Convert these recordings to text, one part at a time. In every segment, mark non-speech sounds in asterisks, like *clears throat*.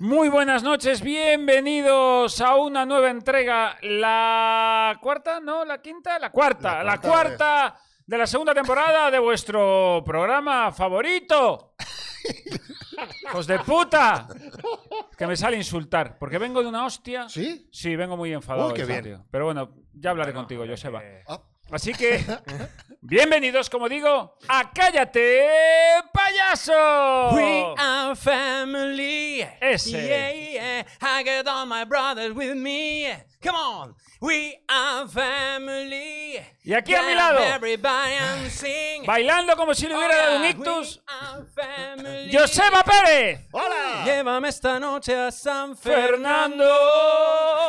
Muy buenas noches, bienvenidos a una nueva entrega, la cuarta, no, la quinta, la cuarta, la La cuarta, cuarta de la segunda temporada de vuestro programa *laughs* favorito. ¡Hijos de puta! Que me sale insultar, porque vengo de una hostia. ¿Sí? Sí, vengo muy enfadado. Uy, qué hoy, bien. tío. Pero bueno, ya hablaré contigo, Joseba. Ah, Así *laughs* que, bienvenidos, como digo, a Cállate, payaso. We are family. Oh. Ese. Yeah, yeah. I get all my brothers with me. Come on. We are family. Y aquí a mi Get lado. up Everybody and sing. Bailando como si le hubiera Hola, dado un we ictus. are family. Joseba Pérez. ¡Hola! Llévame esta noche a San Fernando.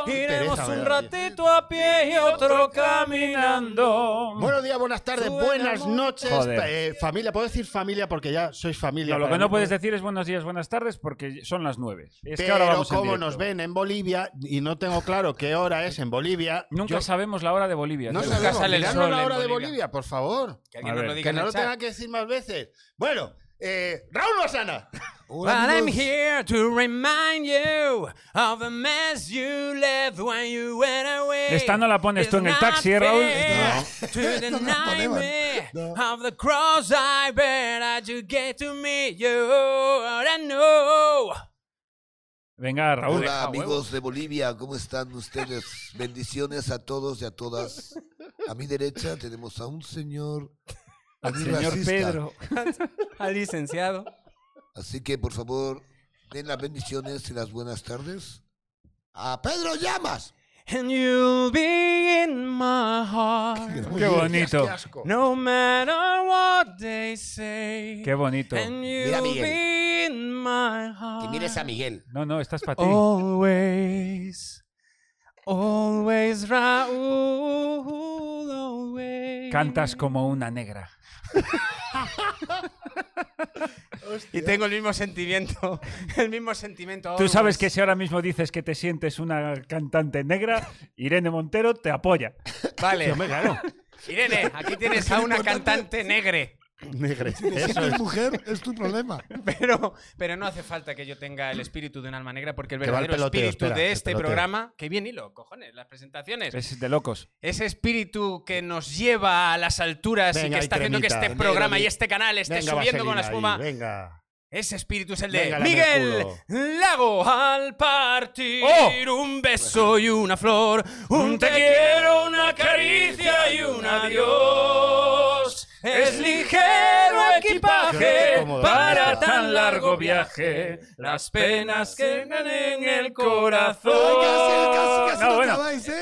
Fernando. Iremos Teresa, un me da- ratito a pie y otro caminando. Buenos días, buenas tardes, Buenas buenas noches, Joder. eh, familia. Puedo decir familia porque ya sois familia. No, lo para que no mí, puedes decir es buenos días, buenas tardes, porque son las nueve. Es que Pero ahora vamos en como directo. nos ven en Bolivia y no tengo claro qué hora es en Bolivia, Nunca yo- sabemos la hora de Bolivia. no tío. sabemos. sale el Miradnos sol la en hora de Bolivia. Bolivia, por favor. Que A alguien nos ver. lo diga Que en no el lo chat. tenga que decir más veces. Bueno, eh, Raúl Osana. But I'm here to remind you of the mess you left when you went away. Esta no la pones tú en el It's taxi, not ¿eh, Raúl? fair *laughs* To Esta no la deny ponemos. me No. of the cross I bear that you gave to me, you I know. Venga, Raúl. Hola amigos de Bolivia, ¿cómo están ustedes? Bendiciones a todos y a todas. A mi derecha tenemos a un señor, Al muy señor racista. Pedro. Al licenciado. así que por favor den las bendiciones y las buenas tardes a Pedro Llamas. And you'll be in my heart. Qué bonito. Qué asco. No matter what they say. Qué bonito. And Mira, you'll Miguel. be in my heart. Miguel. No, no, estás para ti. Always, always Raúl, always. Cantas como una negra. Y tengo el mismo sentimiento, *laughs* el mismo sentimiento. Tú sabes always. que si ahora mismo dices que te sientes una cantante negra, Irene Montero te apoya. Vale. Hombre, claro. Irene, *laughs* aquí tienes a una cantante negre. *laughs* Negre. Eso es. mujer, es tu problema. Pero, pero no hace falta que yo tenga el espíritu de un alma negra porque el Que va el verdadero peloteo, espíritu espera, de el este peloteo. programa, que bien hilo, cojones, las presentaciones, Es de locos. ese espíritu que nos lleva a las alturas y Venga, que ahí, está haciendo que cremita. este Venga, programa mi- y este canal esté Venga, subiendo con la vaselina espuma. ahí, venga. Ese espíritu es el de Venga, Miguel Lago. Al partir un beso y una flor, un te quiero, una caricia y un adiós. Es ligero equipaje para tan largo viaje, las penas que quedan en el corazón. No, bueno,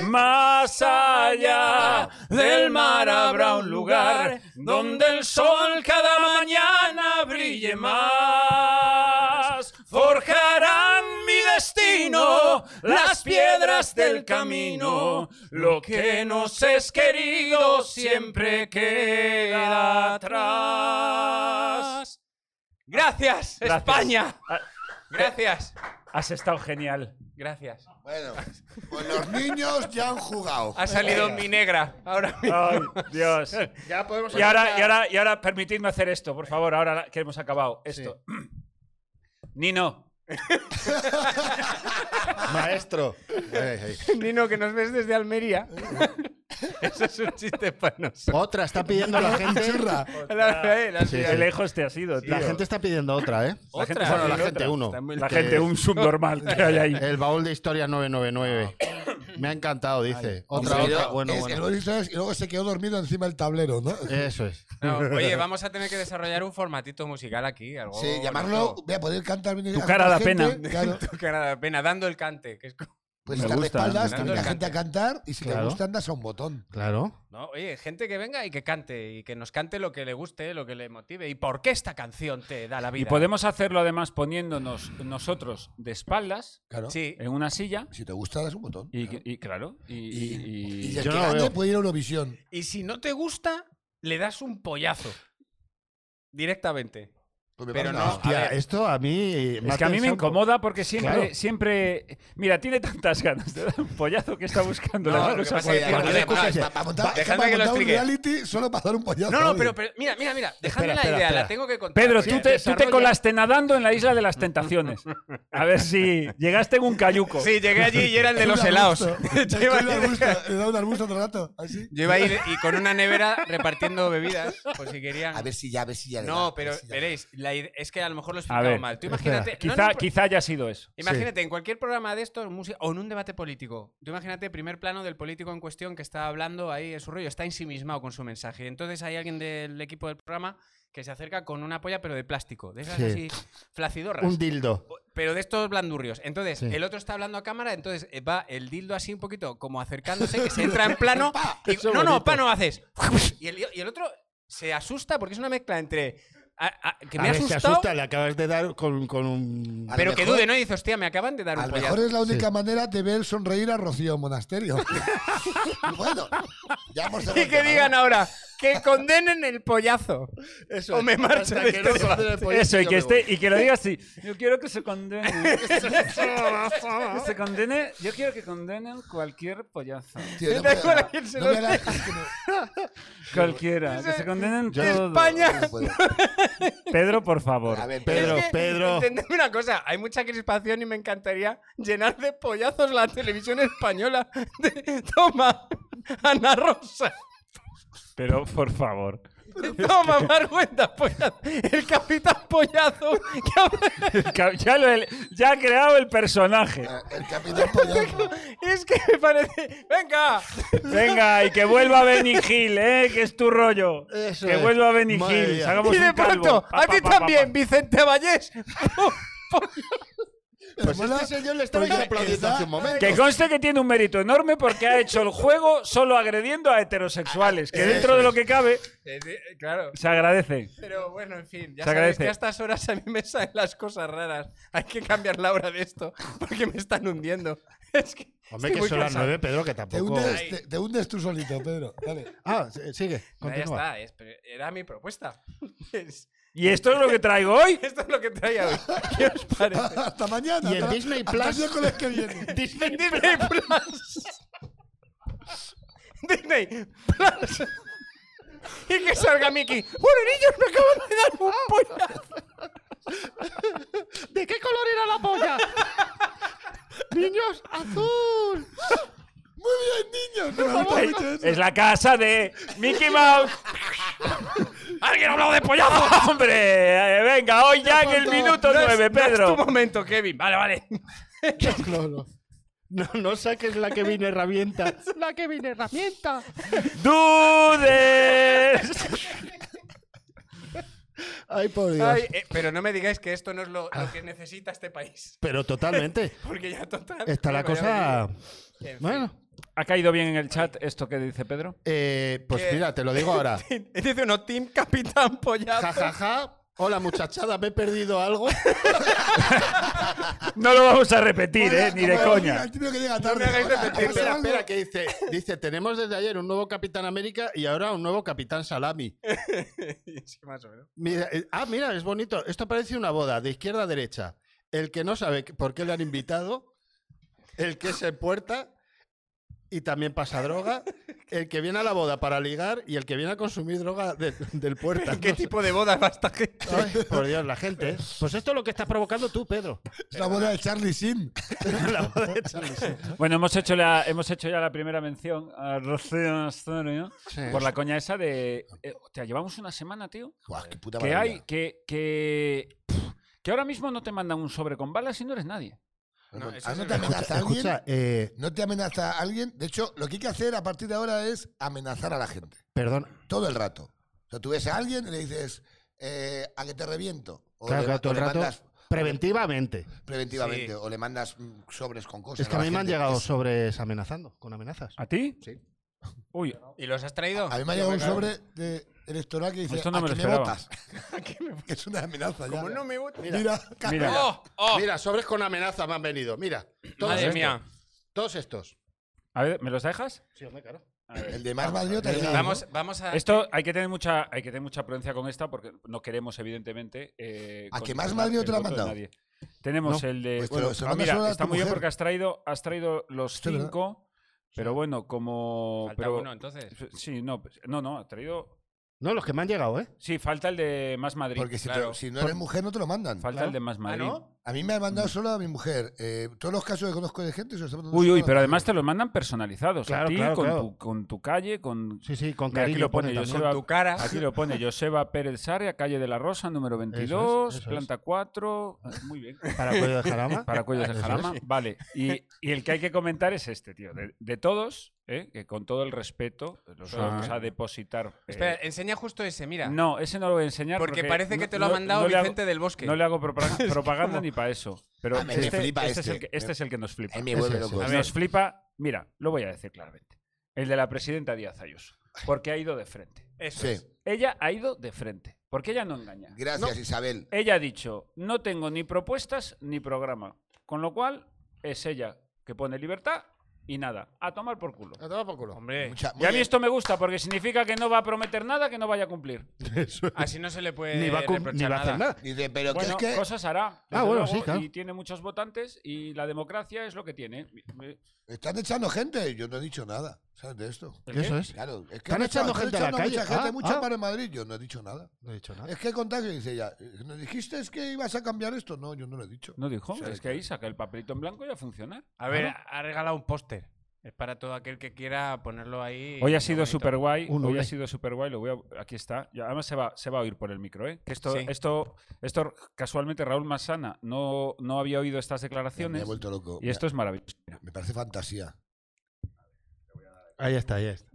Más allá del mar habrá un lugar donde el sol cada mañana brille más. Forjarán mi destino las piedras del camino. Lo que nos es querido siempre queda atrás. Gracias, Gracias. España. Ah. Gracias, Has estado genial. gracias. Bueno, pues los niños ya han jugado. Ah, Ha salido mi negra ahora mismo. *laughs* Ay, Dios. Ya podemos Y ahora, y ahora, y ahora permitidme hacer esto, por favor, ahora la- que hemos acabado esto. *clears throat* Nino, Maestro. Ey, *laughs* ey. Nino, que nos ves desde Almería. Eso es un chiste para nosotros. Otra, está pidiendo la gente. La, eh, la- Sí, qué sí. lejos te has ido, tío. La gente está pidiendo otra, ¿eh? La gente- Otra. Bueno, la Otra. gente, uno. Está muy La que- gente, un subnormal que hay *laughs* ahí. El baúl de historia 999. Me ha encantado, dice. Otra, Hombre, otra. yo- Bueno, es- bueno. Lo hizo es- y luego se quedó dormido encima del tablero, ¿no? Eso es. No, oye, vamos a tener que desarrollar un formatito musical aquí. Algo Sí, llamarlo- bonito. Voy a poder cantar bien Oh, Tu a cara la da gente, pena. Claro, Que nada, pena, dando el cante. Que es como- Pues Me estar de gusta, espaldas, me que gusta. la gente a cantar y si te Claro. gusta andas a un botón. Claro. No, oye, gente que venga y que cante y que nos cante lo que le guste, lo que le motive. ¿Y por qué esta canción te da la vida? Y podemos hacerlo además poniéndonos nosotros de espaldas Claro. Sí. en una silla Si te gusta, das un botón. y, claro. y claro, y, Y- y- Y y- el Yo no que lo gane veo. puede ir a Eurovisión. Y si no te gusta, le das un pollazo. Directamente. Pues me Pero manda. no, Hostia, Hostia, a ver. esto a mí. eh, Es que a mí me atención, incomoda porque siempre, Claro. siempre. Mira, tiene tantas ganas de dar un pollazo que está buscando No, las lo que cosas pasa por es que- todas cuando le escuchas, Para, para montar, Dejadme para que lo montar un explique. reality solo para dar un pollazo. No, no, pero, pero mira, mira, mira, dejadme la Espera, espera, idea, espera. la tengo que contar. Pedro, porque- tú te, tú te colaste nadando en la isla de las tentaciones. A ver si llegaste en un cayuco. Sí, llegué allí y era el de Es los un helados. *laughs* arbusto. Yo Es iba a un ir- arbusto, Le da un arbusto todo el rato. Así. yo iba a ir y con una nevera repartiendo bebidas, por si querían. A ver si ya, a ver si ya. le da, a no, ver pero si ya le da. veréis, la ide- es que a lo mejor lo he A explicado ver, mal. Tú espera. imagínate. no, Quizá, no, por- quizá haya sido eso. Imagínate, en cualquier programa de estos, música- o en un debate político, tú imagínate primer plano del político en cuestión que está hablando ahí en su rollo, está ensimismado con su mensaje. Entonces hay alguien del equipo del programa que se acerca con una polla, pero de plástico, de esas Sí. así flacidorras. Un dildo. Pero de estos blandurrios. Entonces, Sí. el otro está hablando a cámara, entonces eh, va el dildo así un poquito como acercándose, *laughs* que se entra en plano. y, Eso no, no, bonito. pa, no haces. Y el, y el otro se asusta porque es una mezcla entre. a- a- que me a ha ver, se asustado, asusta, le acabas de dar con, con un. A lo pero que mejor- dude, ¿no? Y dice, hostia, me acaban de dar A un lo pollazo. Mejor es la única manera de ver sonreír a Rocío Monasterio. *laughs* Bueno, ya hemos Y que avanzado. digan ahora que condenen el pollazo. o me marcho de este debate. Eso, y que, este esté, y que lo diga así. Yo quiero que se *laughs* condene. que se condene. Yo quiero que condenen cualquier pollazo. Tío, Da no puedo- igual a quién se no lo me hagas- es que no- Cualquiera. Que se condenen Yo- todos. España. No puedo. Pedro, por favor. A ver, Pedro, *laughs* Pedro. Es que, Pedro. Entendeme una cosa, hay mucha crispación y me encantaría llenar de pollazos la televisión española. De- toma, Ana Rosa. Pero, por favor. *laughs* Toma, Marguenda, pollazo. El capitán pollazo. que habla- Ya, lo he- ya ha creado el personaje. Ah. El capitán *laughs* Pues Pollazo. Es que me parece. ¡Venga! Venga, y que vuelva Benny Hill, ¿eh? Que es tu rollo. Eso que es. vuelva Benny Madre Hill. mía. Hagamos Y de un calvo. pronto, Pa, a pa, ti pa, pa, también, pa. Vicente *laughs* Vallés. Pues Mola- este señor le estaba Oye, aplaudiendo está- hace un momento. Que conste que tiene un mérito enorme porque ha hecho el juego solo agrediendo a heterosexuales. Que dentro de lo que cabe, Claro. se agradece. Pero bueno, en fin, ya Se sabes agradece. que a estas horas a mí me salen las cosas raras. Hay que cambiar la hora de esto porque me están hundiendo. *laughs* Es que, Hombre, estoy que muy son las cansado. nueve, Pedro, que Te tampoco. hundes, te, te hundes tú solito, Pedro. Dale. Ah, sí, sigue. Ya Continúa. está, es- pero era mi propuesta. *laughs* Es- Y esto es lo que traigo *laughs* hoy. esto es lo que traía *laughs* hoy. ¿Qué os parece? *laughs* Hasta mañana. Y en hasta- Disney hasta Plus- el miércoles que viene. Disney- Disney Plus. *laughs* Disney Plus. Y que salga Mickey. Bueno, niños, me acaban de dar un pollazo. ¿De qué color era la *laughs* polla? Niños, azul. Muy bien, niños. Me gusta mucho eso. Es la casa de Mickey Mouse. ¿Alguien ha hablado de pollazo? *laughs* ¡Hombre! eh, venga, hoy ya en el minuto No es- nueve, no es tu Pedro. momento, Kevin. Vale, vale. No, no saques la que viene *laughs* herramienta. la que viene herramienta. *laughs* ¡Dudes! Ay, por Dios. Ay, eh, pero no me digáis que esto no es lo, Ah. lo que necesita este país. Pero totalmente. Porque ya total. Está la ya me cosa. voy a venir. *laughs* Bueno. ¿Ha caído bien en el chat esto que dice Pedro? eh, pues Que- mira, te lo digo ahora. En fin. Dice uno, Team Capitán Pollazo. Ja, ja, ja. Hola, muchachada, ¿me he perdido algo? No lo vamos a repetir, ¿eh? Ni de Como coña. El tío que llega tarde. hagáis Hola, repetir, ¿cómo se espera, llama? espera, que dice, dice, tenemos desde ayer un nuevo Capitán América y ahora un nuevo Capitán Salami. *laughs* Sí, más o menos. Mira, eh, ah, mira, es bonito. Esto parece una boda, de izquierda a derecha. El que no sabe que- por qué le han invitado, el que se puerta y también pasa droga, el que viene a la boda para ligar y el que viene a consumir droga de- del *laughs* puerta. ¿Qué No sé. tipo de boda va esta gente? Ay, por Dios, la gente. ¿eh? Pues esto es lo que estás provocando tú, Pedro. Es la boda de Charlie Sim. La boda de Charlie Sheen. Bueno, hemos hecho, la, hemos hecho ya la primera mención a Rocío Astorio por la coña esa de. eh, hostia, llevamos una semana, tío. Guau, qué puta que maravilla. hay. Que, que, pf, que ahora mismo no te mandan un sobre con balas y no eres nadie. No, eso Ah, es no el te amenaza alguien. Escucha, eh, No te amenaza alguien. De hecho, lo que hay que hacer a partir de ahora es amenazar a la gente. perdón. Todo el rato. O sea, tú ves a alguien y le dices, eh, a que te reviento. O Claro, le- claro, todo o el le rato. mandas Preventivamente. preventivamente. Sí. O le mandas mm, sobres con cosas. Es que a la mí me han gente. llegado sobres amenazando, con amenazas. ¿A ti? Sí. Uy, ¿Y los has traído? A mí me ha llegado un sobre de electoral que dice, Esto no "¿A me lo que esperaba". votas? *laughs* Que es una amenaza ya. Como no me gusta. Mira, Mira. carajo. ¡Oh! ¡Oh! Mira, sobres con amenaza me han venido. Mira, todos Madre estos. mía. Todos estos. a ver, ¿me los dejas? Sí, hombre, claro. El de más Madrid te ha llegado, Vamos, ¿no? vamos a. Esto hay que tener mucha, hay que tener mucha prudencia con esta porque no queremos, evidentemente. eh, ¿A que contestar más Madrid el te lo ha voto de mandado? nadie. Tenemos el de. Pues te bueno, lo- se lo ah, mandas mira, solo a está tu muy bien mujer. porque has traído, has traído los Esto es verdad. cinco. Pero bueno, como. Falta Pero, uno, entonces. sí, no, pues- no, no, has traído. No, los que me han llegado, ¿eh? Sí, falta el de Más Madrid. Porque si, te- Claro. si no eres mujer, no te lo mandan. falta el de Más Ah, Madrid. ¿no? A mí me ha mandado solo a mi mujer. Eh, todos los casos que conozco de gente se los ha mandado Uy, solo uy, a pero mi además mujer. te los mandan personalizados. a Claro, ti, claro, con, claro. Tu, con tu calle, con. Sí, sí, con Mira, cariño. aquí lo pone, ponen yo también. soy- Con tu cara. Aquí lo pone Joseba Pérez Sarria, calle de la Rosa, número 22, eso es. planta 4. Muy *laughs* bien. Para cuello de *laughs* jarama. Para cuellos de Eso es. jarama. Vale. Y, y el que hay que comentar es este, tío. De, de todos, ¿eh? que con todo el respeto, los Sí. vamos a depositar. eh, Espera, enseña justo ese, mira. no, ese no lo voy a enseñar. porque, parece no- que te lo ha no- mandado no le hago- Vicente del Bosque. No le *laughs* hago propra- propaganda ni para eso. Pero Ah, me- me este, flipa este es el que, este. este es el que nos flipa. Ay, me vuelve Ese, ese, loco. nos flipa, mira, lo voy a decir claramente. El de la presidenta Díaz Ayuso. Porque ha ido de frente. Eso Sí. es. Ella ha ido de frente. Porque ella no engaña. Gracias, Isabel. Ella ha dicho, no tengo ni propuestas ni programa. Con lo cual, es ella que pone libertad y nada, a tomar por culo. A tomar por culo. Hombre, Mucha- Ah, muy Y a mí bien. esto me gusta porque significa que no va a prometer nada que no vaya a cumplir. *laughs* Eso es. así no se le Eh, puede Ni va, a cum- reprochar ni va a hacer nada. Dice, pero que Bueno, es que. cosas hará. Ah, desde bueno, luego, sí, claro. Y tiene muchos votantes y la democracia es lo que tiene. Están echando gente. Yo no he dicho nada. ¿Sabes de esto? ¿El qué? Eso es. Claro, es que Están echando gente a la echando mucha calle. gente, Ah, mucha ah. para en Madrid. Yo no he dicho nada. No he dicho nada. Es que contagio dice ya. ¿No dijiste es que ibas a cambiar esto? No, yo no lo he dicho. No dijo, Sí, es que ahí saca el papelito en blanco y a funcionar. A ver, Claro. ha regalado un póster. Es para todo aquel que quiera ponerlo ahí. Hoy ha Qué sido bonito. súper guay. Un Hoy ole. ha sido súper guay. Lo voy a- aquí está. Y además se va, se va a oír por el micro. ¿eh? Que Esto, Sí. esto, esto, casualmente, Raúl Masana no, no había oído estas Me declaraciones. he vuelto Eh, loco. Y esto es maravilloso. Mira. Me parece fantasía. Ahí está, ahí está.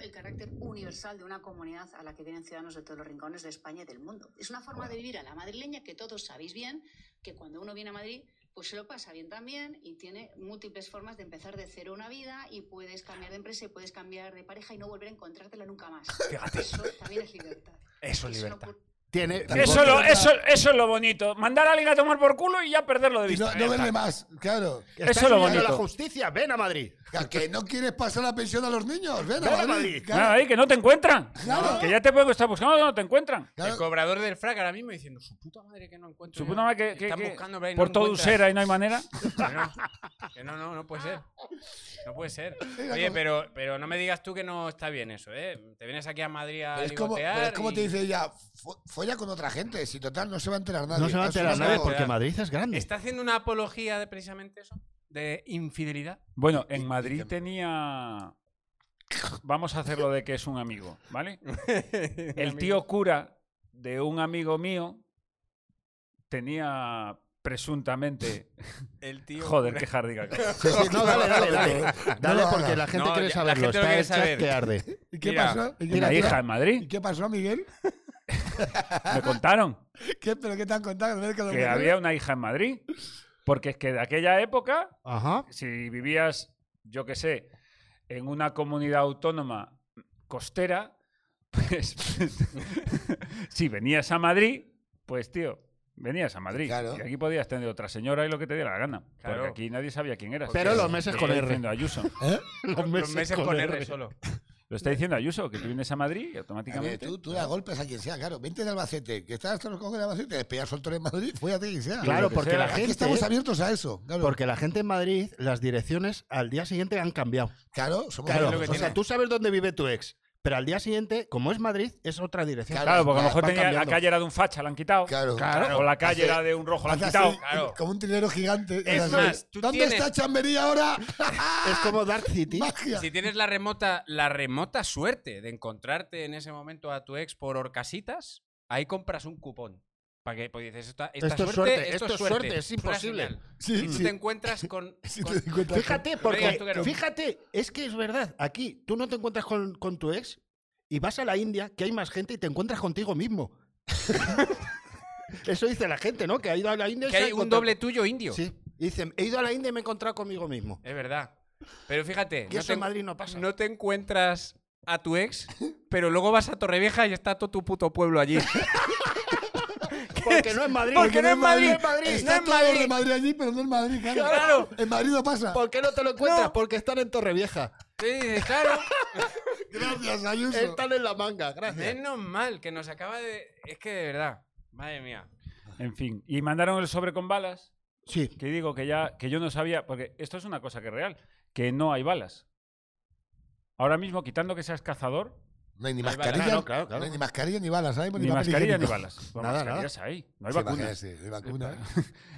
el carácter universal de una comunidad a la que vienen ciudadanos de todos los rincones de España y del mundo. Es una forma de vivir a la madrileña que todos sabéis bien, que cuando uno viene a Madrid, pues se lo pasa bien también y tiene múltiples formas de empezar de cero una vida y puedes cambiar de empresa y puedes cambiar de pareja y no volver a encontrártela nunca más. Fíjate, Eso también es libertad. eso es Eso no libertad. ocurre Tiene. Eso, lo- eso, eso es lo bonito. Mandar a alguien a tomar por culo y ya perderlo de Y no vista. no verle más, claro. *laughs* Estás eso es lo engañando a la bonito. justicia. Ven a Madrid. Que- Que no quieres pasar la pensión a los niños. Ven Ven a a Madrid. Madrid. claro. Nada, ahí, que no te encuentran. Claro. Que ya te pueden estar buscando, no te encuentran. Claro. El cobrador del frac ahora mismo diciendo su puta madre que no encuentro. Su yo". puta madre que- que- Están que buscando, pero ahí por no todo encuentran. usera y no hay manera. Que no, que no, no, no puede ser. No puede ser. Oye, como- pero, pero no me digas tú que no está bien eso, ¿eh? Te vienes aquí a Madrid a Pero es como, ligotear pero es como y- te dice ella, "Fo- folla con otra gente, si total no se va a enterar nadie. No se va a Has enterar sumado- nadie no, porque ya. Madrid es grande. ¿Está haciendo una apología de precisamente eso? ¿De infidelidad? Bueno, y- en y Madrid que- tenía. Vamos a hacer lo de que es un amigo, ¿vale? *laughs* El tío cura de un amigo mío tenía presuntamente. El tío. Joder, qué jardiga. cabrón. Sí, sí, No, dale, *laughs* dale, dale. Dale, No lo porque hagas. la gente No, quiere ya- la saberlo. gente lo Está quiere el chat saber. que *laughs* arde. ¿Y qué Mira, pasó? ¿Y qué Una pasó? hija en ¿Y Madrid. qué pasó, Miguel? Me contaron ¿Qué, ¿Pero qué te han contado? A ver, lo que que- había una hija en Madrid. Porque es que de aquella época Ajá. si vivías, yo qué sé, en una comunidad autónoma costera, *laughs* pues si venías a Madrid, pues tío, venías a Madrid. Claro. Y aquí podías tener otra señora y lo que te diera la gana. Claro. Porque aquí nadie sabía quién eras. Pero los meses Lo con está R. diciendo Ayuso. ¿Eh? Los Los meses con R solo. Lo está diciendo Ayuso, que tú vienes a Madrid y A ver, automáticamente... tú, tú das golpes a quien sea, claro. Vente de Albacete, que estás hasta los cojones de Albacete, despegar soltón en Madrid, fíjate quien sea. Claro, que porque sea. la Aquí gente. estamos abiertos a eso. Claro, Porque la gente en Madrid, las direcciones al día siguiente han cambiado. claro somos Claro, abiertos. lo que o sea, tiene. tú sabes dónde vive tu ex, pero al día siguiente, como es Madrid, es otra dirección. Claro, porque a lo ya, mejor va tenía- la cambiando. calle era de un facha, la han quitado. Claro, O la calle era de un rojo, la han Hace quitado. así, claro. Como un trinero gigante. Es Así. más, tú ¿Dónde tienes- está *laughs* Chambería ahora? Es como Dark City. ¡Magia! Si tienes la remota, la remota suerte de encontrarte en ese momento a tu ex por horcasitas, ahí compras un cupón. Para que pues dices, esta, esta Esto es suerte, suerte, esto es suerte, es imposible. racional. Sí, y tú sí. te *laughs* encuentras con. Si con- te das cuenta. Fíjate, digas tú que porque no. fíjate, es que es verdad. Aquí tú no te encuentras con, con tu ex y vas a la India, que hay más gente, y te encuentras contigo *laughs* mismo. Eso dice la gente, ¿no? Que ha ido a la India y que se ha hay un encontrado- doble tuyo indio. Sí. Dicen, he ido a la India y me he encontrado conmigo mismo. Es verdad. Pero fíjate, Y no eso te, en Madrid no pasa. no te encuentras a tu ex, pero luego vas a Torrevieja y está todo tu puto pueblo *laughs* allí. *laughs* porque no es Madrid. Porque no es Madrid. Está no es todo Madrid. de Madrid allí, pero no en Madrid, claro. Claro. En Madrid no pasa. ¿Por qué no te lo encuentras? No. Porque están en Torrevieja. Sí, claro. Gracias, Ayuso. Están en la manga, gracias. Menos mal que nos acaba de. Es que de verdad. Madre mía. En fin, y mandaron el sobre con balas, Sí. que digo que ya que yo no sabía, porque esto es una cosa que es real, que no hay balas. Ahora mismo, quitando que seas cazador, No hay ni Ahí va, mascarilla. claro, claro, claro. no hay ni mascarilla ni balas. ¿sabes? ni papel mascarilla ni higiénico. balas. Bueno, Nada, mascarillas hay, no hay Sí, vacunas. imagínate, no hay vacuna.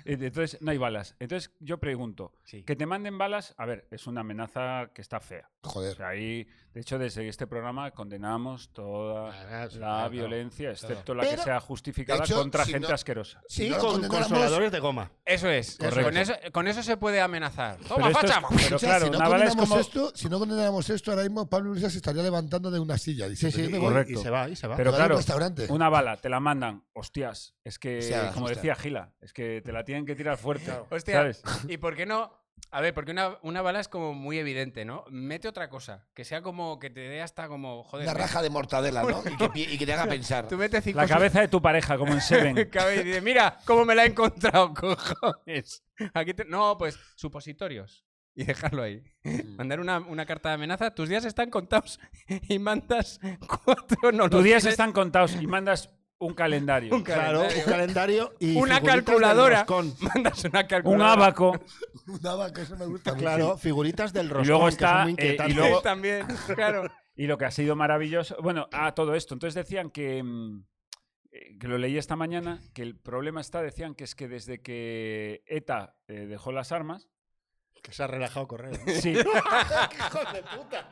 Entonces, no hay balas. Entonces, yo pregunto, que te manden balas, a ver, es una amenaza que está fea. O Joder. sea, ahí, de hecho, desde este programa condenamos Ah, toda Claro, sí, la claro, claro. violencia, excepto la Pero, que sea justificada de hecho, contra si gente no- Ah, asquerosa. Si Y no lo con condenáramos- consoladores de goma. Eso es. Correcto. Con eso, con eso se puede amenazar. ¡Toma, esto es- facha! pero Escucha, claro, si no una bala es condenáramos como... esto, si no condenáramos esto, ahora mismo Pablo Iglesias se estaría levantando de una silla. Dice, Sí, sí, "Yo me y- voy, correcto. Y se va, y se va. Pero me voy a un claro, restaurante". una bala, te la mandan, hostias, es que, Hostia, como hostia. decía Gila, es que te la tienen que tirar fuerte, Hostia. ¿sabes? *laughs* ¿Y por qué no? A ver, porque una, una bala es como muy evidente, ¿no? Mete otra cosa. Que sea como que te dé hasta como. Joder. Una mete- raja de mortadela, ¿no? Y que, pi- y que te haga pensar. Tú metes cinco. La *laughs* cabeza de tu pareja, como en Seven. cabeza y dices, mira cómo me la he encontrado, *laughs* cojones. Aquí te- No, pues supositorios. Y dejarlo ahí. Mm. Mandar una, una carta de amenaza. Tus días están contados *laughs* y mandas cuatro. No Tus los días tienes. están contados y mandas un *laughs* calendario, Un un, ca- Claro, un calendario. calendario y. Una figuritas del calculadora. roscón. Mandas una calculadora. *laughs* abaco, Una vaca, eso me gusta. mucho. Claro, figuritas del roscón. luego que son está, muy eh, y inquietantes. luego- También, *laughs* claro. y lo que ha sido maravilloso, bueno, a todo esto, entonces decían que, mm, eh, que lo leí esta mañana, que el problema está, decían que es que desde que ETA eh, dejó las armas, Que se ha relajado *laughs* correr. sí, ¡Hijos de puta!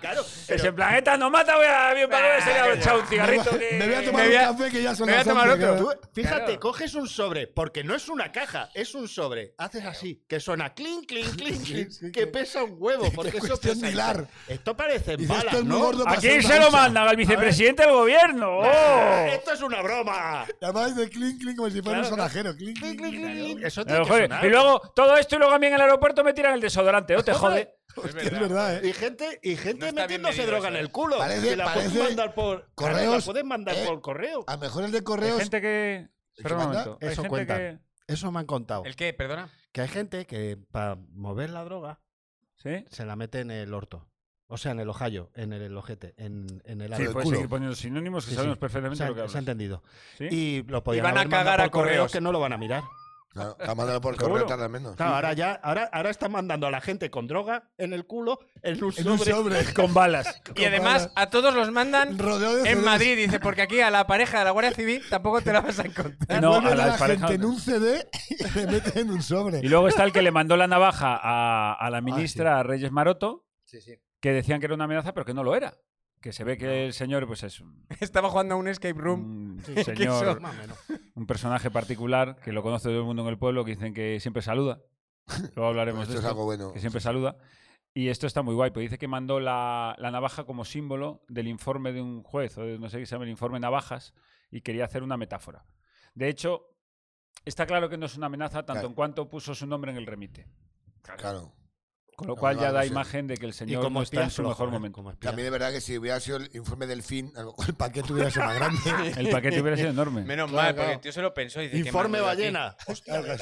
Claro. es en plan, ETA no mata, voy a, bien para que se le ha echado un Me, cigarrito. voy- que- me voy a tomar voy a- un café que ya son me voy a las tomar once, otro. claro. Fíjate, Claro. coges un sobre, porque no es una caja, es un sobre. Haces así, que suena clink, clink, clink, clink, *laughs* sí, que que- pesa un huevo, porque eso cuestión pesa. de hilar. Esto parece Dice, balas, esto es muy ¿no? gordo para ¿A ser quién una se lo hucha. mandan? ¿Al vicepresidente del gobierno? ¡Oh! Esto es una broma. Además de clink, clink, como si fuera Claro, un sonajero. Clink, Clink, clink, clink, clink, clink. Eso Me tiene lo que jode. sonar. Eh, Y luego, todo esto y luego a mí en el aeropuerto me tiran el desodorante. ¿No te jode? Hostia, es verdad, ¿eh? Y gente, y gente está bien metiéndose medido droga eso, en el ¿eh? culo. Parece- que la puedes parece mandar por correos, claro, la puedes mandar eh, por correo. A lo mejor el de Hay correos. gente que... Espera un manda? momento. Hay Eso gente cuenta. que- Eso me han contado. ¿El qué? Perdona. Que hay gente que para mover la droga ¿Sí? se la mete en el orto. O sea, en el ojallo, en el, el ojete, en, en el Sí, aro. puedes culo. seguir poniendo sinónimos que Sí, sí. sabemos se, perfectamente ha- lo que se ha hablas. entendido. ¿Sí? Y lo podían van a haber mandado cagar a por correos correos. que no lo van a mirar. Claro, a mandarlo por ¿Seguro? correo tarda menos. Claro, ahora ya, ahora, ahora están mandando a la gente con droga en el culo en un En un sobre. *laughs* sobre. Con balas. Y además, a todos los mandan Rodeo de en CDs. Madrid. Dice, porque aquí a la pareja de la Guardia Civil tampoco te la vas a encontrar. No, Envuelven a las a la parejas- gente en un CD y le meten en un sobre. Y luego está el que le mandó la navaja a, a *laughs* Ah, la ministra a Reyes Maroto, que decían que era una amenaza, pero que no lo era. Que se ve que el señor pues es un, *laughs* Estaba jugando a un escape room. *laughs* un que Mm, señor, eso- Más o menos. un personaje particular, que lo conoce todo el mundo en el pueblo, que dicen que siempre saluda. Luego hablaremos Esto de es esto. algo bueno. que siempre saluda. Y esto está muy guay, porque dice que mandó la, la navaja como símbolo del informe de un juez, o de no sé qué se llama el informe Navajas, y quería hacer una metáfora. De hecho, está claro que no es una amenaza tanto Claro. en cuanto puso su nombre en el remite. Claro. Con lo No, cual no, ya no da sé. imagen de que el Y señor como no está espía en su flojo, mejor ¿eh? momento. Como espía. También es verdad que si hubiera sido el informe del fin, a lo mejor el paquete hubiera sido más *laughs* grande. El paquete hubiera sido enorme. Menos Claro, mal, porque claro. el tío se lo pensó. y Dice, ¿qué Informe mando yo aquí? ballena.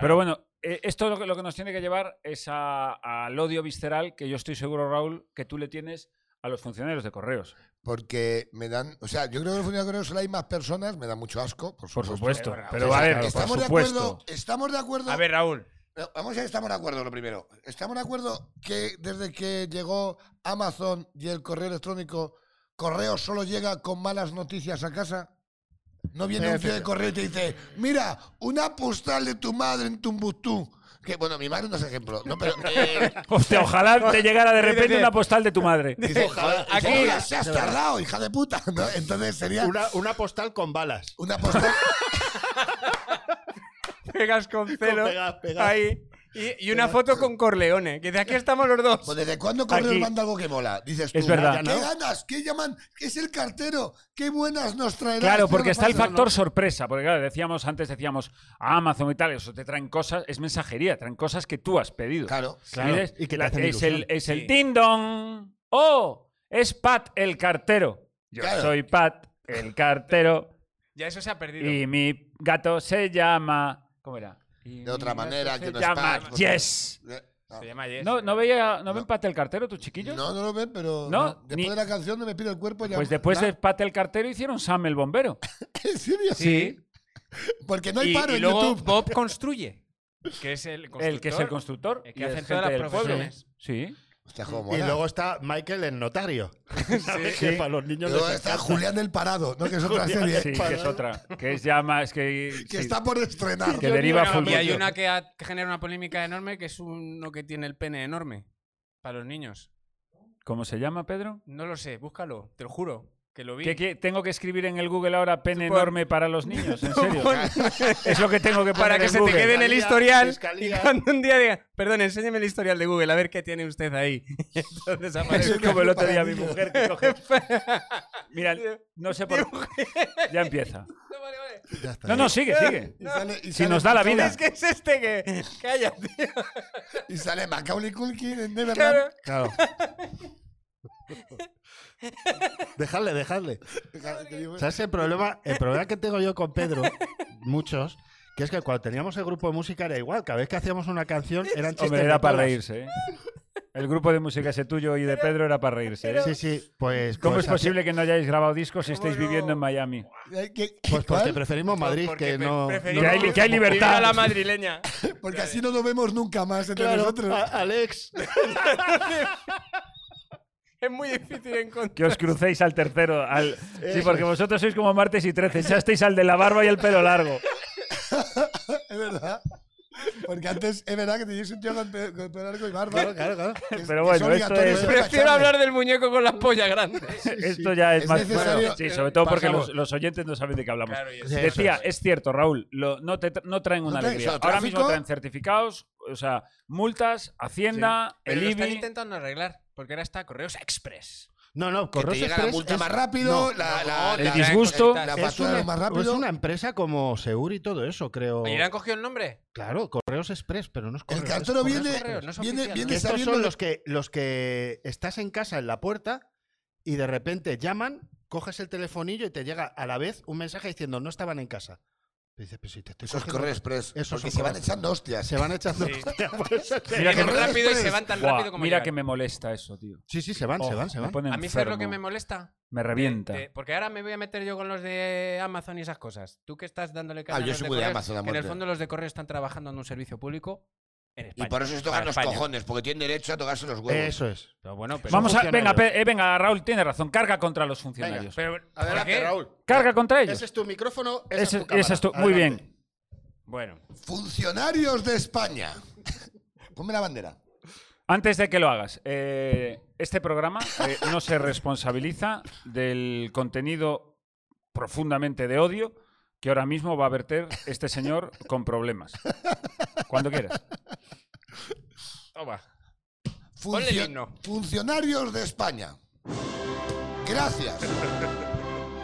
Pero bueno, eh, esto lo que, lo que nos tiene que llevar es a- al odio visceral que yo estoy seguro, Raúl, que tú le tienes a los funcionarios de correos. Porque me dan. O sea, yo creo que en el funeral solo hay más personas, me da mucho asco, por Por supuesto. supuesto. Raúl, Pero a ver, por estamos de supuesto. acuerdo. Estamos de acuerdo. A ver, Raúl. No, Vamos a ver, estamos de acuerdo lo primero. Estamos de acuerdo que desde que llegó Amazon y el correo electrónico, correo solo llega con malas noticias a casa. No viene un tío de correo y te dice, mira, una postal de tu madre en Tumbuctú. Que bueno, mi madre no es ejemplo. No, *laughs* pero, eh, Hostia, ojalá te llegara de repente una postal de tu madre. dice, joder, Aquí- joder, se has tardado, hija de puta. ¿no? Entonces sería Una, una postal con balas. una postal. *laughs* Pegas con celo. pegas, pegas. Ahí. Y, y una foto con Corleone. Que de aquí estamos los dos. Pues, ¿Desde cuándo correo Aquí- manda algo que mola? Dices tú, Es verdad. ¿qué ganas? ¿Qué llaman? ¿Qué es el cartero? ¿Qué buenas nos traerá? este Claro, Esto no porque está el pasa, factor sorpresa. Porque claro, decíamos antes, decíamos a Amazon y tal, eso te traen cosas, es mensajería, traen cosas que tú has pedido. Claro. claro, Y dices, y que te la- hacen es el, ilusión. es el Sí. ding dong. ¡Oh! Es Pat el cartero. Yo Claro. soy Pat el cartero Ya eso se ha perdido. y mi gato se llama. ¿Cómo era? De otra manera, que se no es llama Pat, porque- Yes. Eh, Se llama Jess. ¿No, no, veía, ¿No, No. ve empate el cartero, tu chiquillo? No, no lo ven, pero No, no. después ni- de la canción de Me Piro el Cuerpo ya... Pues después de *laughs* ¿verdad? empate el cartero hicieron Sam el bombero. ¿En serio? Sí. Porque no hay y, paro y en luego YouTube. Bob construye. Que es el El que es el constructor. constructor. el que y hace es todas gente las del pueblo. profesiones. Sí. Hostia, cómo Y mola. luego está Michael el notario. *laughs* ¿sabes? Que para los niños Luego les está encanta. Julián del Parado, ¿no? Que es otra *laughs* serie Sí, que es otra. Que es ya más que. *laughs* que sí, está por estrenar. que deriva a Bueno, fútbol. y hay una que, ha- que genera una polémica enorme, que es uno que tiene el pene enorme para los niños. ¿Cómo se llama, Pedro? No lo sé, búscalo, te lo juro, que lo vi. ¿Qué- qué- tengo que escribir en el Google ahora pene Pon- enorme para los niños? ¿En serio? es lo que tengo que poner Para que en se Google. te quede en el Fiscalía, historial fiscalía. y cuando un día diga, perdón, enséñeme el historial de Google, a ver qué tiene usted ahí. *laughs* Entonces aparece. *laughs* Es como el otro día mi Para mujer que coge. Mira, no sé por qué. Ya empieza. Vale, vale. No, no, sigue, sigue. Y sale- y Si sale nos da la Macaulay- vida. Es que es este que... Cállate. Y sale Macaulay Culkin en Neverland. *laughs* Claro. Claro. Dejadle, dejadle. O sea, ese problema, el problema que tengo yo con Pedro, muchos, que es que cuando teníamos el grupo de música era igual. Cada vez que hacíamos una canción eran chistes. Hombre, de era para todas. reírse. ¿eh? El grupo de música ese tuyo y de Pedro era para reírse. ¿eh? Sí, sí. Pues, ¿Cómo pues es así- posible que no hayáis grabado discos si ¿Cómo estáis no? viviendo en Miami? Eh, que- Pues porque ¿cuál? preferimos Madrid Porque que pre- no. preferimos Que hay- que hay libertad. vivir a la madrileña. Porque así no nos vemos nunca más entre Claro, nosotros. Ah. a- Alex. Es muy difícil encontrar. Que os crucéis al tercero. Al... Sí, Eso porque es. vosotros sois como martes y trece. Echasteis al de la barba y el pelo largo. *laughs* Es verdad. Porque antes es verdad que tenías un tío con, pe- con pelo largo y barba. Claro, claro, claro. Que Pero es- que bueno, esto obligatorio es- ser Prefiero cachable. hablar del muñeco con las pollas *laughs* grandes. Esto ya es, Es más. necesario- sí, sobre todo porque Pasamos. los, los oyentes no saben de qué hablamos. Claro, y eso. Sí, eso Decía, es. es cierto, Raúl, lo- no, te tra- no traen una No traen, alegría. o sea, Ahora mismo tráfico- traen certificados, o sea, multas, Hacienda, Pero el lo están IBI. intentando arreglar, porque ahora está Correos Express. No, no, Que te Correos llega la Express multa es- más no, rápido, la, la, no, el la- disgusto, la la Es factura una, más rápido. es una empresa como Seur y todo eso, creo. Oh. ¿Y han cogido el nombre? Claro, Correos Express, pero no es El Correos. es cartero Correos viene, Express. correos, no es viene, oficial, viene Que estos sabiendo son los que, los que estás en casa en la puerta y de repente llaman, coges el telefonillo y te llega a la vez un mensaje diciendo no estaban en casa. Y dices, "Pero si te estoy Esos cogiendo". correos express. Esos porque son se van correos. echando *laughs* hostias. ¿eh? Se van echando. *laughs* pues, Sí. hostias por eso te Mira que Vienen me- rápido y se Express. van tan Buah, rápido como mira que llegan. me molesta eso, tío. Sí, sí, se van, Oh, se van, se me van. pone A mí sabes lo que me pues, enfermo. molesta. Me revienta. De- porque ahora me voy a meter yo con los de Amazon y esas cosas. Tú que estás dándole caña Ah, a yo los soy muy de correos, Amazon, que a en el muerte. fondo los de correo están trabajando en un servicio público en Y España. por eso se Para tocan los España. cojones, porque tienen derecho a tocarse los huevos. Eso es. Pero bueno, pero Vamos a, venga, funcionarios. pe- eh, venga, Raúl tiene razón. Carga contra los funcionarios. Pero, ¿por Adelante, qué? Raúl. Carga contra ellos. Ese es tu micrófono, esa Ese- es tu cámara. esa es tu- Muy Adelante. bien. Bueno, funcionarios de España. *laughs* Ponme la bandera. Antes de que lo hagas, eh, este programa eh, no se responsabiliza del contenido profundamente de odio que ahora mismo va a verter este señor con problemas. Cuando quieras. toma. Ponle el Funcio- himno. Funcionarios de España. Gracias.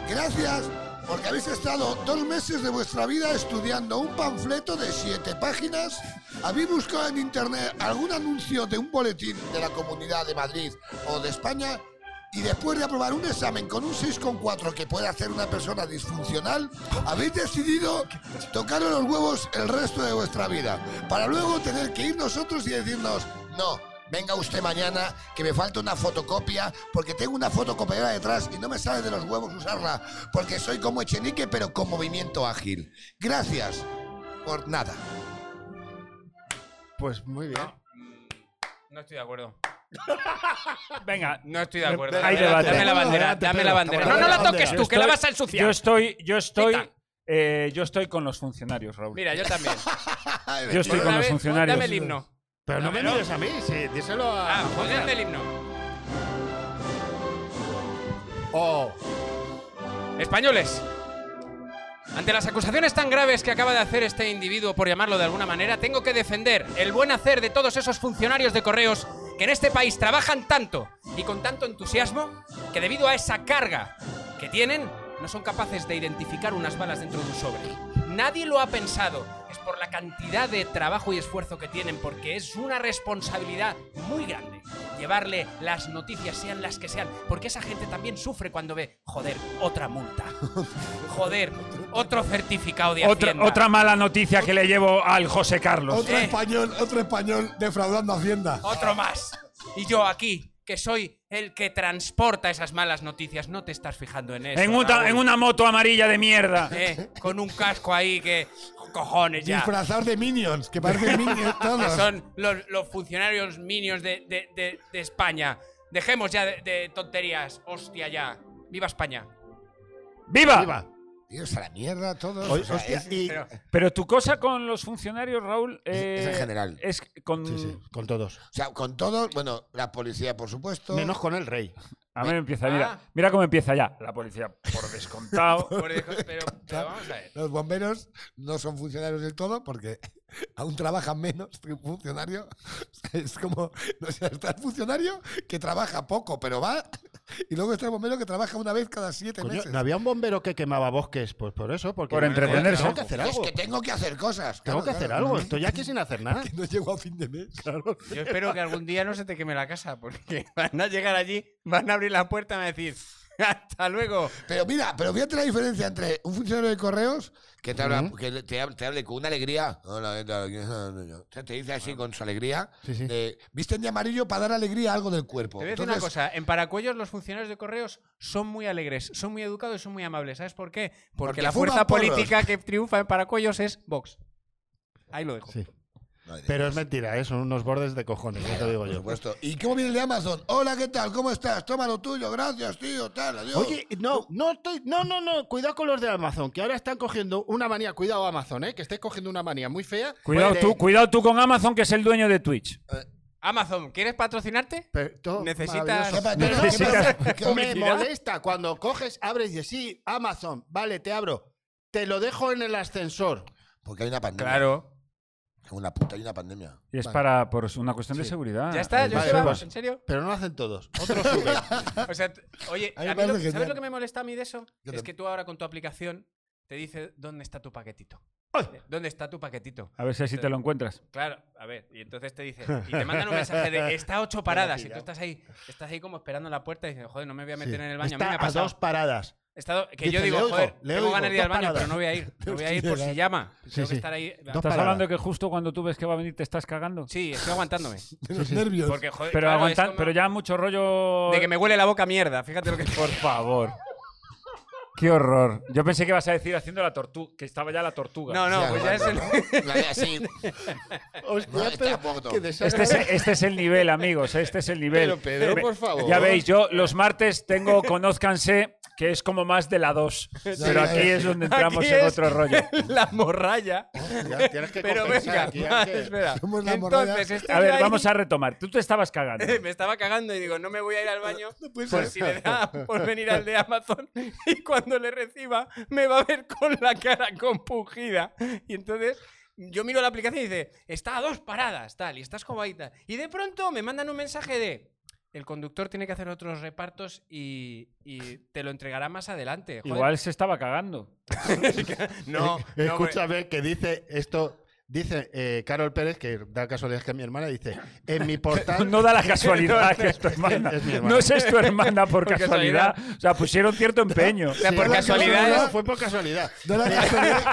Gracias porque habéis estado dos meses de vuestra vida estudiando un panfleto de siete páginas. Habéis buscado en internet algún anuncio de un boletín de la Comunidad de Madrid o de España. Y después de aprobar un examen con un 6,4 que puede hacer una persona disfuncional, habéis decidido tocaros los huevos el resto de vuestra vida. Para luego tener que ir nosotros y decirnos, no, venga usted mañana, que me falta una fotocopia, porque tengo una fotocopiadora detrás y no me sale de los huevos usarla, porque soy como Echenique, pero con movimiento ágil. Gracias por nada. Pues muy bien. No estoy de acuerdo. Venga, No estoy de acuerdo. Hay Dame la- debate. Dame la bandera, Adelante, dame la Pedro. bandera. No, Adelante, no la bandera. toques tú, Yo que la estoy- vas a Yo ensuciar. estoy, yo estoy, Quita. eh, yo estoy con los funcionarios, Raúl. Mira, yo también. yo estoy Una con los vez, funcionarios. Dame el himno. Pero no me Dámelo. mires a mí, sí, díselo a. Ah, pues dame el himno. Oh, Españoles. Ante las acusaciones tan graves que acaba de hacer este individuo, por llamarlo de alguna manera, tengo que defender el buen hacer de todos esos funcionarios de correos que en este país trabajan tanto y con tanto entusiasmo que debido a esa carga que tienen no son capaces de identificar unas balas dentro de un sobre. Nadie lo ha pensado. Es por la cantidad de trabajo y esfuerzo que tienen, porque es una responsabilidad muy grande llevarle las noticias, sean las que sean, porque esa gente también sufre cuando ve, joder, otra multa. Joder, Otro certificado de Otra, Hacienda. otra mala noticia que le llevo al José Carlos. Otro Eh. español, otro español defraudando Hacienda. Otro más. Y yo aquí, que soy el que transporta esas malas noticias. No te estás fijando en eso. en, una, Raúl. en una moto amarilla de mierda. Eh, con un casco ahí que. Cojones ya. Disfrazar de minions, *laughs* que parecen minions que todos. son los, los funcionarios minions de, de- de- de España. Dejemos ya de, de tonterías. Hostia, ya. Viva España. ¡Viva! Viva. Dios, a la mierda todos. Oye, O sea, hostia, es- y- Pero, Pero tu cosa con los funcionarios, Raúl. Es- es en eh, general. Es con. Sí, sí, con todos. O sea, con todo, bueno, la policía, por supuesto. *laughs* Menos con el rey. A ver, empieza, Ah. mira. Mira cómo empieza ya. *laughs* La policía, por descontado. por dejo- pero- pero vamos a ver. los bomberos no son funcionarios del todo porque *laughs* aún trabajan menos que un funcionario. *laughs* Es como, no sé, está el funcionario que trabaja poco, pero va. Y luego está el bombero que trabaja una vez cada siete Coño, meses. ¿no había un bombero que quemaba bosques? Pues por eso, porque... Por Bueno, entretenerse. Tengo que hacer Es algo. que tengo que hacer cosas. Tengo claro, que hacer claro. algo. Estoy aquí sin hacer *laughs* nada. No llego a fin de mes. Yo espero que algún día no se te queme la casa, porque *laughs* van a llegar allí, van a abrir la puerta y van a decir, hasta luego. Pero mira, pero fíjate la diferencia entre un funcionario de correos que te, habla, Ujú. que le- te, hab- te hable con una alegría. Hola, ¿qué tal? O sea, Te dice así con su alegría. Sí, sí. de, Visten de amarillo para dar alegría a algo del cuerpo. Te voy a decir Entonces, una cosa, en Paracuellos los funcionarios de correos son muy alegres, son muy educados y son muy amables. ¿Sabes por qué? Porque, Porque la fuman fuerza porros. política que triunfa en Paracuellos es Vox. Ahí lo dejo. Sí. Madre Pero es mentira, ¿eh? son unos bordes de cojones, ya te digo Por yo. supuesto. ¿Y cómo viene el de Amazon? Hola, ¿qué tal? ¿Cómo estás? Toma lo tuyo, gracias, tío, tal, adiós. Oye, no, no estoy. No, no, no. Cuidado con los de Amazon, que ahora están cogiendo una manía. Cuidado, Amazon, ¿eh? Que estáis cogiendo una manía muy fea. Pues, eh, Cuidado de- tú, cuidado tú con Amazon, que es el dueño de Twitch. Ah, Amazon, ¿quieres patrocinarte? Pero todo Necesitas- ¿Qué pa- maravilloso. qué necesitas- pasa? ¿Qué- Me publicidad? molesta cuando coges, abres y dices, sí, Amazon, vale, te abro. Te lo dejo en el ascensor. Porque hay una pandemia. Claro. Cago en la puta, hay una pandemia. Y es para por una cuestión de Sí. seguridad. Ya está, yo vale, estaba- pues- ¿En serio? Pero no lo hacen todos. Otros suben. O sea, t- oye, A mí a mí me lo- parece ¿sabes genial. lo que me molesta a mí de eso? Yo Es tam- que tú ahora con tu aplicación te dice dónde está tu paquetito. ¿Dónde está tu paquetito? A ver si así te lo encuentras. Claro, a ver, y entonces te dice, y te *laughs* mandan un mensaje de está a ocho paradas, y tú pillado. estás ahí, estás ahí como esperando en la puerta y dices, joder, no me voy a Sí. meter en el baño. a mí me ha Está a pasado. dos paradas. Está do- que Dice, yo digo, le oigo, joder, le tengo oigo, ganas de ir dos al baño, pero paradas. no voy a *laughs* ir. No voy a ir por si llama. Tengo que sí. estar ahí. Dos ¿Estás paradas. hablando que justo cuando tú ves que va a venir te estás cagando? Sí, estoy aguantándome. De los nervios. Porque, joder, Pero, claro, es aguantar, como pero ya mucho rollo. De que me huele la boca a mierda, fíjate lo que. *laughs* Por favor. Qué horror. Yo pensé que ibas a decir haciendo la tortuga, que estaba ya la tortuga. No, no, Ya, pues ya es el. La de así. No, está pero gordo. qué Este es, este es el nivel, amigos. Este es el nivel. Pero, Pedro, Ve- por favor. Ya veis, yo los martes tengo Conózcanse, que es como más de la *laughs* 2. Pero aquí es donde entramos Aquí en es otro rollo. *laughs* La morralla. desastre. Tienes que Pero compensar venga, aquí, va, hay que- *laughs* espera. Somos la Entonces, *laughs* morralla. estoy A ver, ahí, Eh, vamos a retomar. Tú te estabas cagando. *laughs* Me estaba cagando y digo, no me voy a ir al baño por si le da por venir al de Amazon *laughs* y cuando le reciba me va a ver con la cara compungida. Y entonces yo miro la aplicación y dice, está a dos paradas, tal, y estás como ahí, tal. Y de pronto me mandan un mensaje de, el conductor tiene que hacer otros repartos y, y te lo entregará más adelante. Joder, Igual se estaba cagando. No, no, Escúchame, Eh, que dice esto. Dice eh, Carol Pérez, que da casualidad que es mi hermana, dice: En mi portal. *laughs* No da la casualidad que es tu hermana. Ah. es mi hermana. No es tu hermana por Por casualidad. O sea, pusieron cierto empeño. sea, por no, no, casualidad, no, no, ¿eh? fue por casualidad. No la casualidad.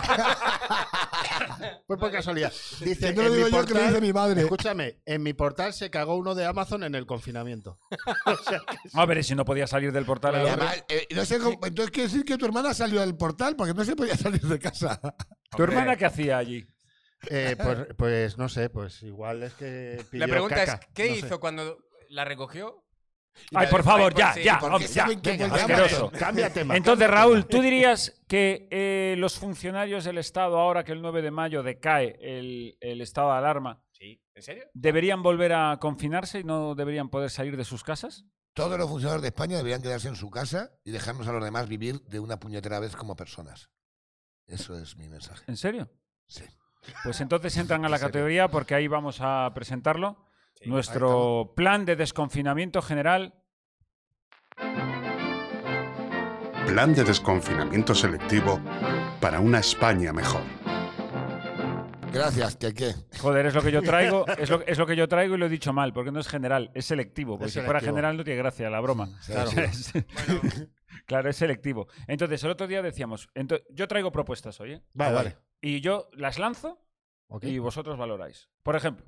Fue por casualidad. Dice, Que no lo en digo mi yo, que lo portal, dice mi madre. Escúchame, en mi portal se cagó uno de Amazon en el confinamiento. *laughs* O sea, A ver, si no podía salir del portal. Y a la hora. además, eh, No sé cómo- entonces quiere decir que tu hermana salió del portal porque no se *laughs* podía salir de casa. ¿Tu hermana qué hacía allí? eh, pues, pues no sé, pues igual es que. Pidió La pregunta caca, es, ¿qué no sé. hizo cuando la recogió? Ay, por favor, ya, Sí, ya, porque hombre, ya. saben que Venga, fue el de asqueroso. Amazon. Cambia tema. Entonces, Raúl, ¿tú dirías que eh, los funcionarios del Estado, ahora que el 9 de mayo decae el, el estado de alarma, Sí, ¿en serio? deberían volver a confinarse y no deberían poder salir de sus casas? todos los funcionarios de España deberían quedarse en su casa y dejarnos a los demás vivir de una puñetera vez como personas. Eso es mi mensaje. ¿En serio? Sí. Pues entonces entran a la En serio. categoría porque ahí vamos a presentarlo. Sí, Nuestro plan de desconfinamiento general. *laughs* Plan de desconfinamiento selectivo para una España mejor. Gracias, que qué. Joder, es lo que yo traigo, es lo, es lo que yo traigo y lo he dicho mal, porque no es general, es selectivo. Porque Es si fuera selectivo. Ah, *laughs* general no tiene gracia la broma. Claro. ¿Sabes? Claro, es selectivo. Entonces, el otro día decíamos, ento- yo traigo propuestas hoy, ¿eh? Vale, vale. Y yo las lanzo Ok. y vosotros valoráis. Por ejemplo,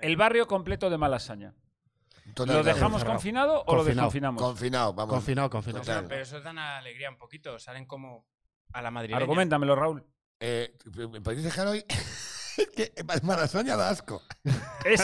el barrio completo de Malasaña. Pues ¿Lo Totalmente. dejamos cerrado. confinado o lo Confinado. desconfinamos? Confinado, vamos. Confinado, confinado. Total. Pero eso dan alegría un poquito. Salen como a la madrileña. Argumentamelo, Raúl. Eh, ¿Me podéis dejar hoy? *laughs* que Malasaña da asco. Es-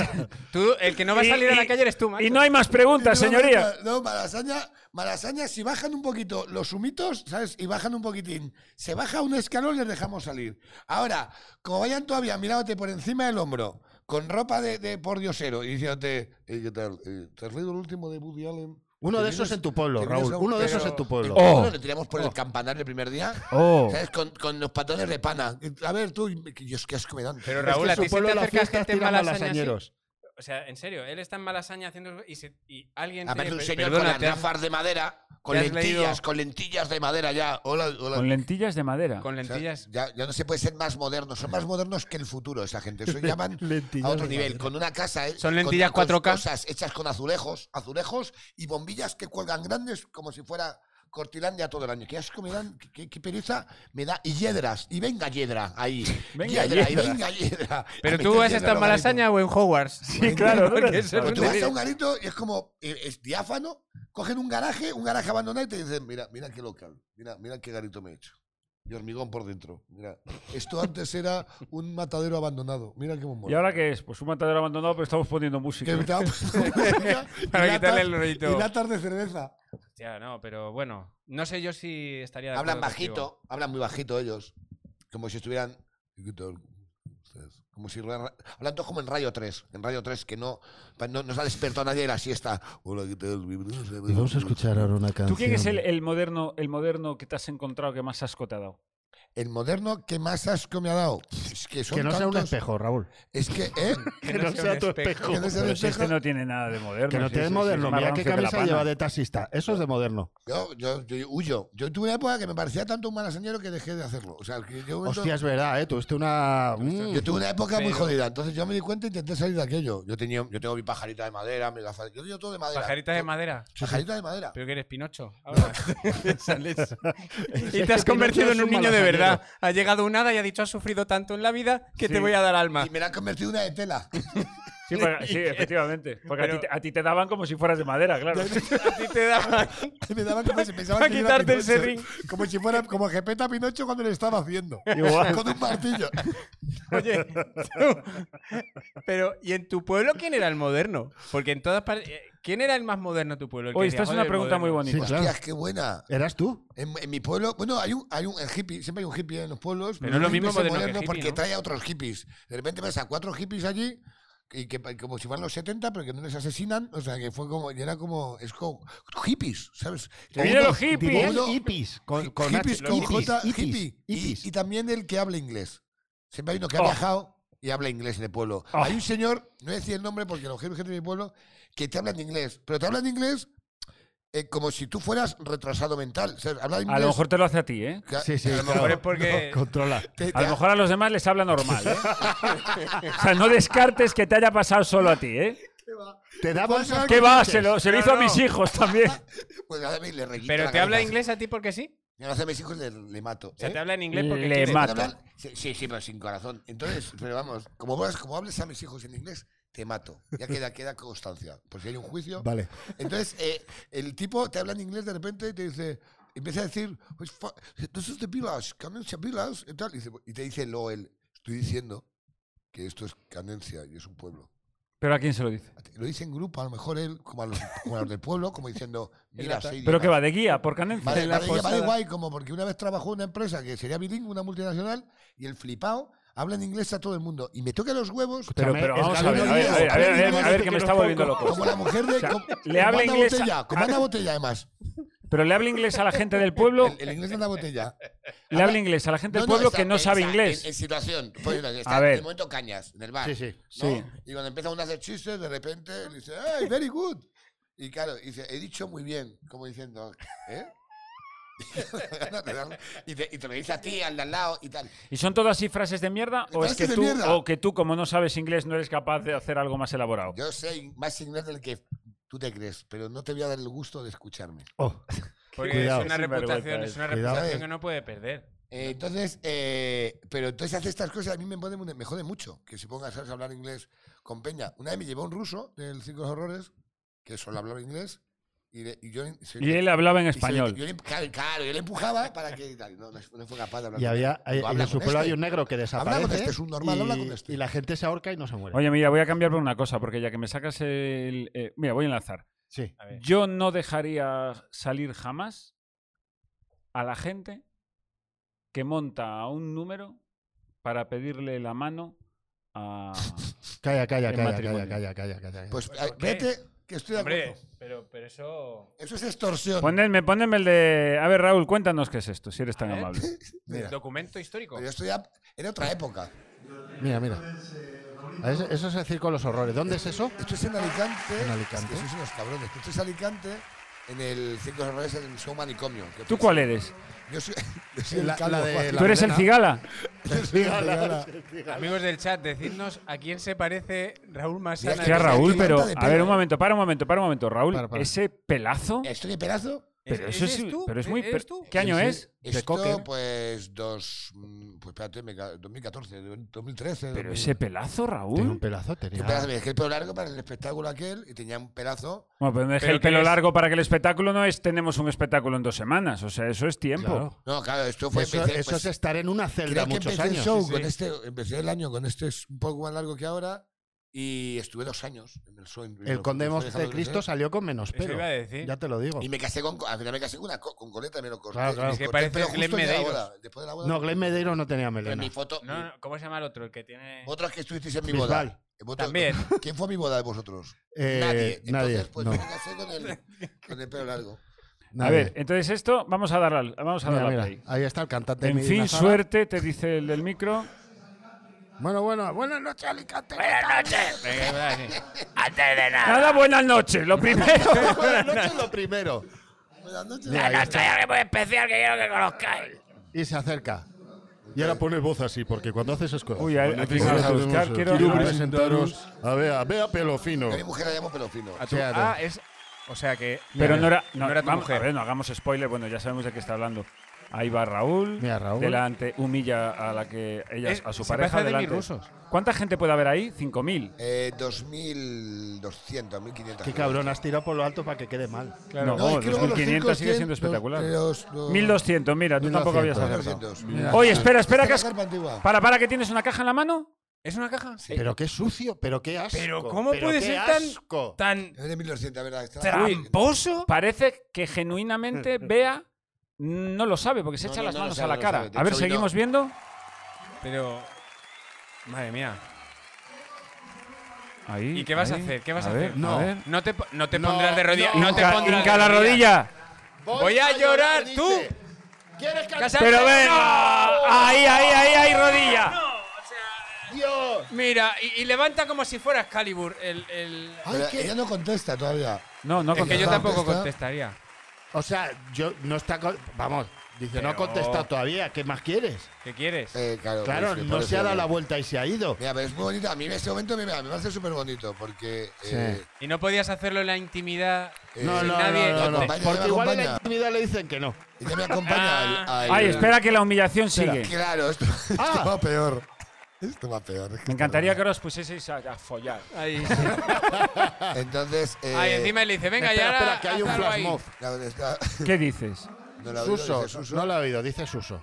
Tú, el que no va a Y- salir a la y- calle eres tú, macho. y no hay más preguntas, señoría. No, Malasaña, Malasaña, si bajan un poquito los humitos, ¿sabes? Y bajan un poquitín. Se baja un escalón, les dejamos salir. Ahora, como vayan todavía mirándote por encima del hombro, con ropa de, de por diosero, y diciéndote, "Eh, ¿qué tal? Eh, ¿Te has leído el último de Woody Allen? Uno de esos en tu pueblo, Raúl. Uno de esos en tu pueblo. Oh. Le tiramos por el campanar el primer día. Oh. ¿Sabes? Con, con los patones de pana. A ver, tú, Dios, qué asco me dan. Pero Es que Raúl, a su ti se pueblo te la acerca fiesta gente en tira Malasaña así. malasañeros. O sea, en serio, él está en Malasaña haciendo... Y, se- y alguien te... Aparte un pe- señor eh, perdona, con te has- las gafas de madera, con te has lentillas, leído- con lentillas de madera ya. Hola, hola. Con lentillas de madera. con O sea, lentillas. ya, ya no se puede ser más modernos. Son más modernos que el futuro esa gente. Eso *laughs* llaman Lentillas a otro de nivel. madera. Con una casa. eh, Son con- lentillas con 4K. Cosas hechas con azulejos, azulejos y bombillas que cuelgan grandes como si fuera cortilandia todo el año. Qué asco me dan, qué- qué, qué pereza me da. Y yedras. Y venga yedra ahí. Venga, Yedra, y yedra. venga yedra. Pero A tú meter has estado yedra en al garito. Malasaña o en Hogwarts. Sí, claro, *laughs* Porque ¿dónde? eso es Pero un Tú vas *laughs* a delirio. un garito y es como, eh, es diáfano, cogen un garaje, un garaje abandonado y te dicen, mira, mira qué local, mira, mira qué garito me he hecho. Y hormigón por dentro. Mira, esto antes era un matadero abandonado. Mira qué bombón. ¿Y ahora qué es? Pues un matadero abandonado, pero estamos poniendo música. Que me estaba poniendo música y Para quitarle latas- el rollito. Y latas de cerveza. Hostia, no, pero bueno. No sé yo si estaría de Hablan acuerdo contigo. bajito, hablan muy bajito ellos. Como si estuvieran. ¿qué tal? Ustedes, Como si ra- hablan todos como en Radio 3, en Radio 3 que no, pa- no, no se ha despertado nadie de la siesta. Hola, ¿qué tal? Bienvenidos a- Y vamos a escuchar ahora una canción. ¿Tú quién es el, el moderno, el moderno que te has encontrado que más asco te ha dado? El moderno que más asco me ha dado. Es que son Que no sea un tantos- espejo, Raúl. Es que, ¿eh? Que no sea un espejo. Que no sea un Pero si este espejo. no tiene nada de moderno. Que no si te es- des si es moderno. más Mira qué rancio que la camisa pana. lleva de taxista. Eso es de moderno. Yo, yo, yo huyo. Yo tuve una época que me parecía tanto un malasañero que dejé de hacerlo. O sea, que yo, un momento- Hostia, es verdad, ¿eh? Tuviste una. Mm. yo tuve una época muy Pero- jodida. Entonces yo me di cuenta e intenté salir de aquello. Yo, tenía, yo tengo mi pajarita de madera, mi gafa- Yo tengo todo de madera. Pajarita de madera. Pajarita de madera. Pero que eres Pinocho. Ahora. Sales. *laughs* y que te has Pinocho convertido es en un un niño de malasañero. verdad. Ha llegado un hada y ha dicho, has sufrido tanto en la vida que te Sí. voy a dar alma. Y me la han convertido en una de tela. Sí, *laughs* porque- sí, efectivamente. Porque a, Pero- ti, te- a ti te daban como si fueras de madera, claro. A ti te *laughs* daban. *laughs* me daban como si pensaban Para que yo quitarte era ese Pinocho. Como si fuera como Gepeta Pinocho cuando le estaba haciendo. Igual. Con un martillo. Oye, tú. Pero, ¿y en tu pueblo quién era el moderno? Porque en todas partes. eh, ¿Quién era el más moderno en tu pueblo? El que Oye, decía, esta es "Joder, una el pregunta muy moderno". bonita. Sí, claro. Hostias, qué buena. ¿Eras tú? En, en mi pueblo, bueno, hay un, hay un el hippie, siempre hay un hippie en los pueblos. Pero no es lo el mismo hippie se moderno que hippie, porque ¿no? trae a otros hippies. De repente ves a cuatro hippies allí y que pa- como si fueran los 70, pero que no les asesinan. O sea, que fue como, y era como, es como hippies, ¿sabes? ¡Que vienen Uno- los hippies! uno- hippies. Con, con hippies H, con hippies, J, hippies, hippie. hippies. Y, y también el que habla inglés. Siempre hay uno que ha Oh. viajado y habla inglés en el pueblo. Oh. Hay un señor, no voy a decir el nombre porque lo gente de mi pueblo, que te hablan de inglés, pero te hablan de inglés eh, como si tú fueras retrasado mental. O sea, habla inglés, A lo mejor te lo hace a ti, ¿eh? que- Sí, sí. a lo A lo mejor mejor claro. es porque. Controla. te- A te- lo mejor a los demás les habla normal, ¿eh? O sea, no descartes que te haya pasado solo a ti, ¿eh? Te da bolsas ¿Qué con va? leches. Se lo, se lo No, hizo no. a mis hijos *laughs* también. Pues a mí le reguito Pero la te habla cabeza. inglés a ti porque sí. Yo no sé, mis hijos le, le mato. O sea, ¿eh? te habla en inglés porque Le quiere. mata. ¿Puedo hablar? Sí, sí, sí, pero sin corazón. Entonces, pero vamos, como, vos- como hables a mis hijos en inglés, te mato. Ya queda, queda constancia. Por si hay un juicio. Vale. Entonces, eh, el tipo te habla en inglés de repente y te dice, empieza a decir, pues, fa- this is the village, Canencia Village, y tal. Y, dice- y te dice lo él, estoy diciendo que esto es Canencia y es un pueblo. ¿Pero a quién se lo dice? Lo dice en grupo, a lo mejor él, como a los, como a los del pueblo, *laughs* como diciendo, mira, soy ¿Pero de qué va? ¿De guía? ¿Por canencia? Vale, la vale, ya vale posada. guay, como porque una vez trabajó en una empresa que sería bilingüe, una multinacional, y el flipao habla en inglés a todo el mundo. Y me toca los huevos Pero, Escúchame, pero es vamos a ver, Gabriel a ver, a ver, a ver, a ver, Díaz, a ver, que me que está no volviendo poco. loco. como la mujer de. sea, como- le como habla Ana inglés a- Botella, como Ana Botella, además. Pero le habla inglés a la gente del pueblo, El, el inglés de Ana *laughs* Botella. le habla inglés a la gente del pueblo está- que no sabe está En, inglés. en situación. Pues, mira, está A ver. En el momento cañas, en el bar. Sí, sí. ¿no? Sí. Y cuando empieza uno a hacer chistes, de repente le dice, ¡ay, very good! Y claro, dice, he dicho muy bien, como diciendo, ¿eh? y, te, y te lo dice a ti, al de al lado y tal. ¿Y son todas así frases de mierda? ¿O es Frases que de tú, mierda. o que tú, como no sabes inglés, no eres capaz de hacer algo más elaborado? Yo sé más inglés del que tú te crees, pero no te voy a dar el gusto de escucharme. Oh, Porque Cuidado. es una Qué reputación, sinvergüenza es una es. reputación Cuidado. que no puede perder. Eh, entonces, eh, pero entonces hace estas cosas, a mí me jode, mu- me jode mucho que se ponga ¿sabes? a hablar inglés con Peña. Una vez me llevó un ruso del Circo de los Horrores, que solo hablaba inglés, y, le- y yo... se- Y él hablaba en y se le- español. yo le, claro, claro, yo le empujaba para que... y tal, No, no, no fue capaz de hablar. Y con había, él. hay- Digo, y habla en su con pueblo este. hay un negro que desaparece. con este, es un normal, y, habla con este. y la gente se ahorca y no se muere. Oye, mira, voy a cambiar por una cosa, porque ya que me sacas el. eh, mira, voy a enlazar. sí. A ver. Yo no dejaría salir jamás a la gente que monta un número para pedirle la mano a. Calla, calla, En calla, matrimonio. calla, calla, calla, calla. Pues ¿Por ah, qué? vete, que estoy de Hombre, acuerdo. pero, pero eso. Eso es extorsión. Ponedme, ponedme el de. A ver, Raúl, cuéntanos qué es esto, si eres tan ver. amable. Mira, Documento histórico. pero yo estoy a- en otra época. mira, mira. A ver, Eso es el circo de los horrores. ¿Dónde es eso? Esto es en Alicante. En Alicante. Es que sois unos cabrones. Esto es Alicante, en el Circo de los Horrores, en el show manicomio. que ¿Tú pues- cuál eres? Yo soy, *laughs* yo soy el Eh, La- calvo, la de Juan. la- ¿Tú eres el melena. cigala? *laughs* Yo soy el cigala. Amigos del chat, decidnos a quién se parece Raúl Masana. Hostia, es que Raúl, levanta pero. de A ver, pelo, un eh. momento, para un momento, para un momento. Raúl, Para, para. ese pelazo. ¿Estoy de pedazo? Pero ¿Ese eso eres sí. tú? Pero es muy. ¿Eres pero- tú? ¿Qué año Sí, sí. es? De Esto, cocker. pues, dos, mm, pues espérate, me ca- 2014, 2013. Pero 2000. ese pelazo, Tiene Raúl. un pelazo, tenía. Yo ¿Mm? pedazo, me dejé el pelo largo para el espectáculo aquel y tenía un pedazo. Bueno, pero me dejé Pero el pelo que es- largo para que el espectáculo no es tenemos un espectáculo en dos semanas. O sea, eso es tiempo. Claro. No, claro, esto fue. Eso, empecé, eso pues, es estar en una celda creo que muchos empecé el años. show sí, con sí. este, empecé el año con este, es un poco más largo que ahora. Y estuve dos años en el show. este? en- en El lo- conde en lo- de Cristo salió con menos Eso pelo. iba a decir. Ya te lo digo. Y me casé con. Al final me casé con una co- con coleta, me lo corté. Claro, claro. me Es que corté el parece pelo Glenn justo en la Medeiros. boda, Después de la boda. No, Glenn Medeiros no tenía Pero melena. mi foto. No, no, ¿Cómo se llama el otro? El que tiene. Vosotros que estuvisteis en mi Bisbal. boda. Eh, Vosotros- También. ¿Quién fue a mi boda de vosotros? Eh, nadie. Entonces, nadie, pues no. yo me casé con el, con el pelo largo. A *laughs* Nadie. ver, entonces esto, vamos a darle al- vamos a Mira, darle mira, al play. ahí está el cantante. En Medina fin, Zara. suerte, te dice el del *laughs* micro. Bueno, bueno, buenas noches, Alicante. Venga, va, sí. Nada, buenas noches. Lo *laughs* primero. *laughs* Buenas noches, lo primero. Buenas noches. Mira, ahí está. muy especial que quiero que conozcáis. Y se acerca. Y ahora pones voz así, porque cuando haces es cosa. Uy, a- Bueno, a ti pues, me vas a tenemos- buscar, quiero- a ver. presentaros a Bea, Bea Pelofino. A mi mujer la llamo pelo fino. A tu- Claro. Ah, eh, es. O sea que. Pero no era, No era tu vamos, mujer. A ver, no hagamos spoiler. Bueno, ya sabemos de qué está hablando. Ahí va Raúl. Mira, Raúl. Delante humilla a la que ella, Es- a su se pareja parece a Demi delante. Russo. ¿Cuánta gente puede haber ahí? 5000. Eh, 2200, 1500. Qué cabrón, has tirado por lo alto para que quede mal. No, No, es que luego los 2500 sigue circos siendo tienen los- eh, espectacular. los- los- 1200, mira, tú tampoco habías 1200. acertado. 1200. Oye, espera, espera, Está que la has- carpa antigua. Para, para, que tienes una caja en la mano. ¿Es una caja? Pero qué sucio, pero qué asco. Pero ¿cómo puede qué ser tan- asco. Tan. Es de 1200, ¿verdad? Está la carpa antigua. tramposo. Parece que *laughs* genuinamente Bea no lo sabe porque se No, echa no, las no lo manos sabe, a no la lo cara. sabe. De A ver, hecho, hoy no. seguimos viendo. Pero. Madre mía. Ahí, ¿Y qué vas a ahí. hacer? ¿Qué vas a, ver, hacer? a No. ver. No te, po- no te No, pondrás de rodillas. No, te Hinca- pondrás hinca de la rodilla. Voy a llorar, dice. tú. ¿Quieres que Casarte- Pero ven. ¡No! Ahí, ahí, ahí, ahí, rodilla. Dios? Mira, y, y levanta como si fuera Excalibur. El, el- Ay, Pero qué- eh, Ella no contesta todavía. No, no Es que yo contesta. tampoco contesta. contestaría. O sea, yo no está. con- Vamos, dice, no ha Pero- contestado todavía. ¿Qué más quieres? ¿Qué quieres? Eh, claro, Claro, pues, me no parece se ha dado bien. la vuelta y se ha ido. Mira, pero es muy bonito. A mí en este momento me, me parece súper bonito porque. eh, Y no podías hacerlo en la intimidad. No, eh, no, nadie- no, no, no. acompaña, Porque me igual en la acompaña. intimidad le dicen que no. Ella me acompaña al. al- Ah. Ay, espera que la humillación sigue. Claro, esto, *laughs* esto Ah. va peor. Esto va peor. Me encantaría que ahora os pusieseis a, a follar. Ahí, Entonces. Eh, ahí encima le dice, venga, espera, ya. espera, que hay un hazlo flash ahí. mob. claro, está- ¿Qué dices? no la oigo, Suso, dice Suso. no lo ha oído, dice Suso.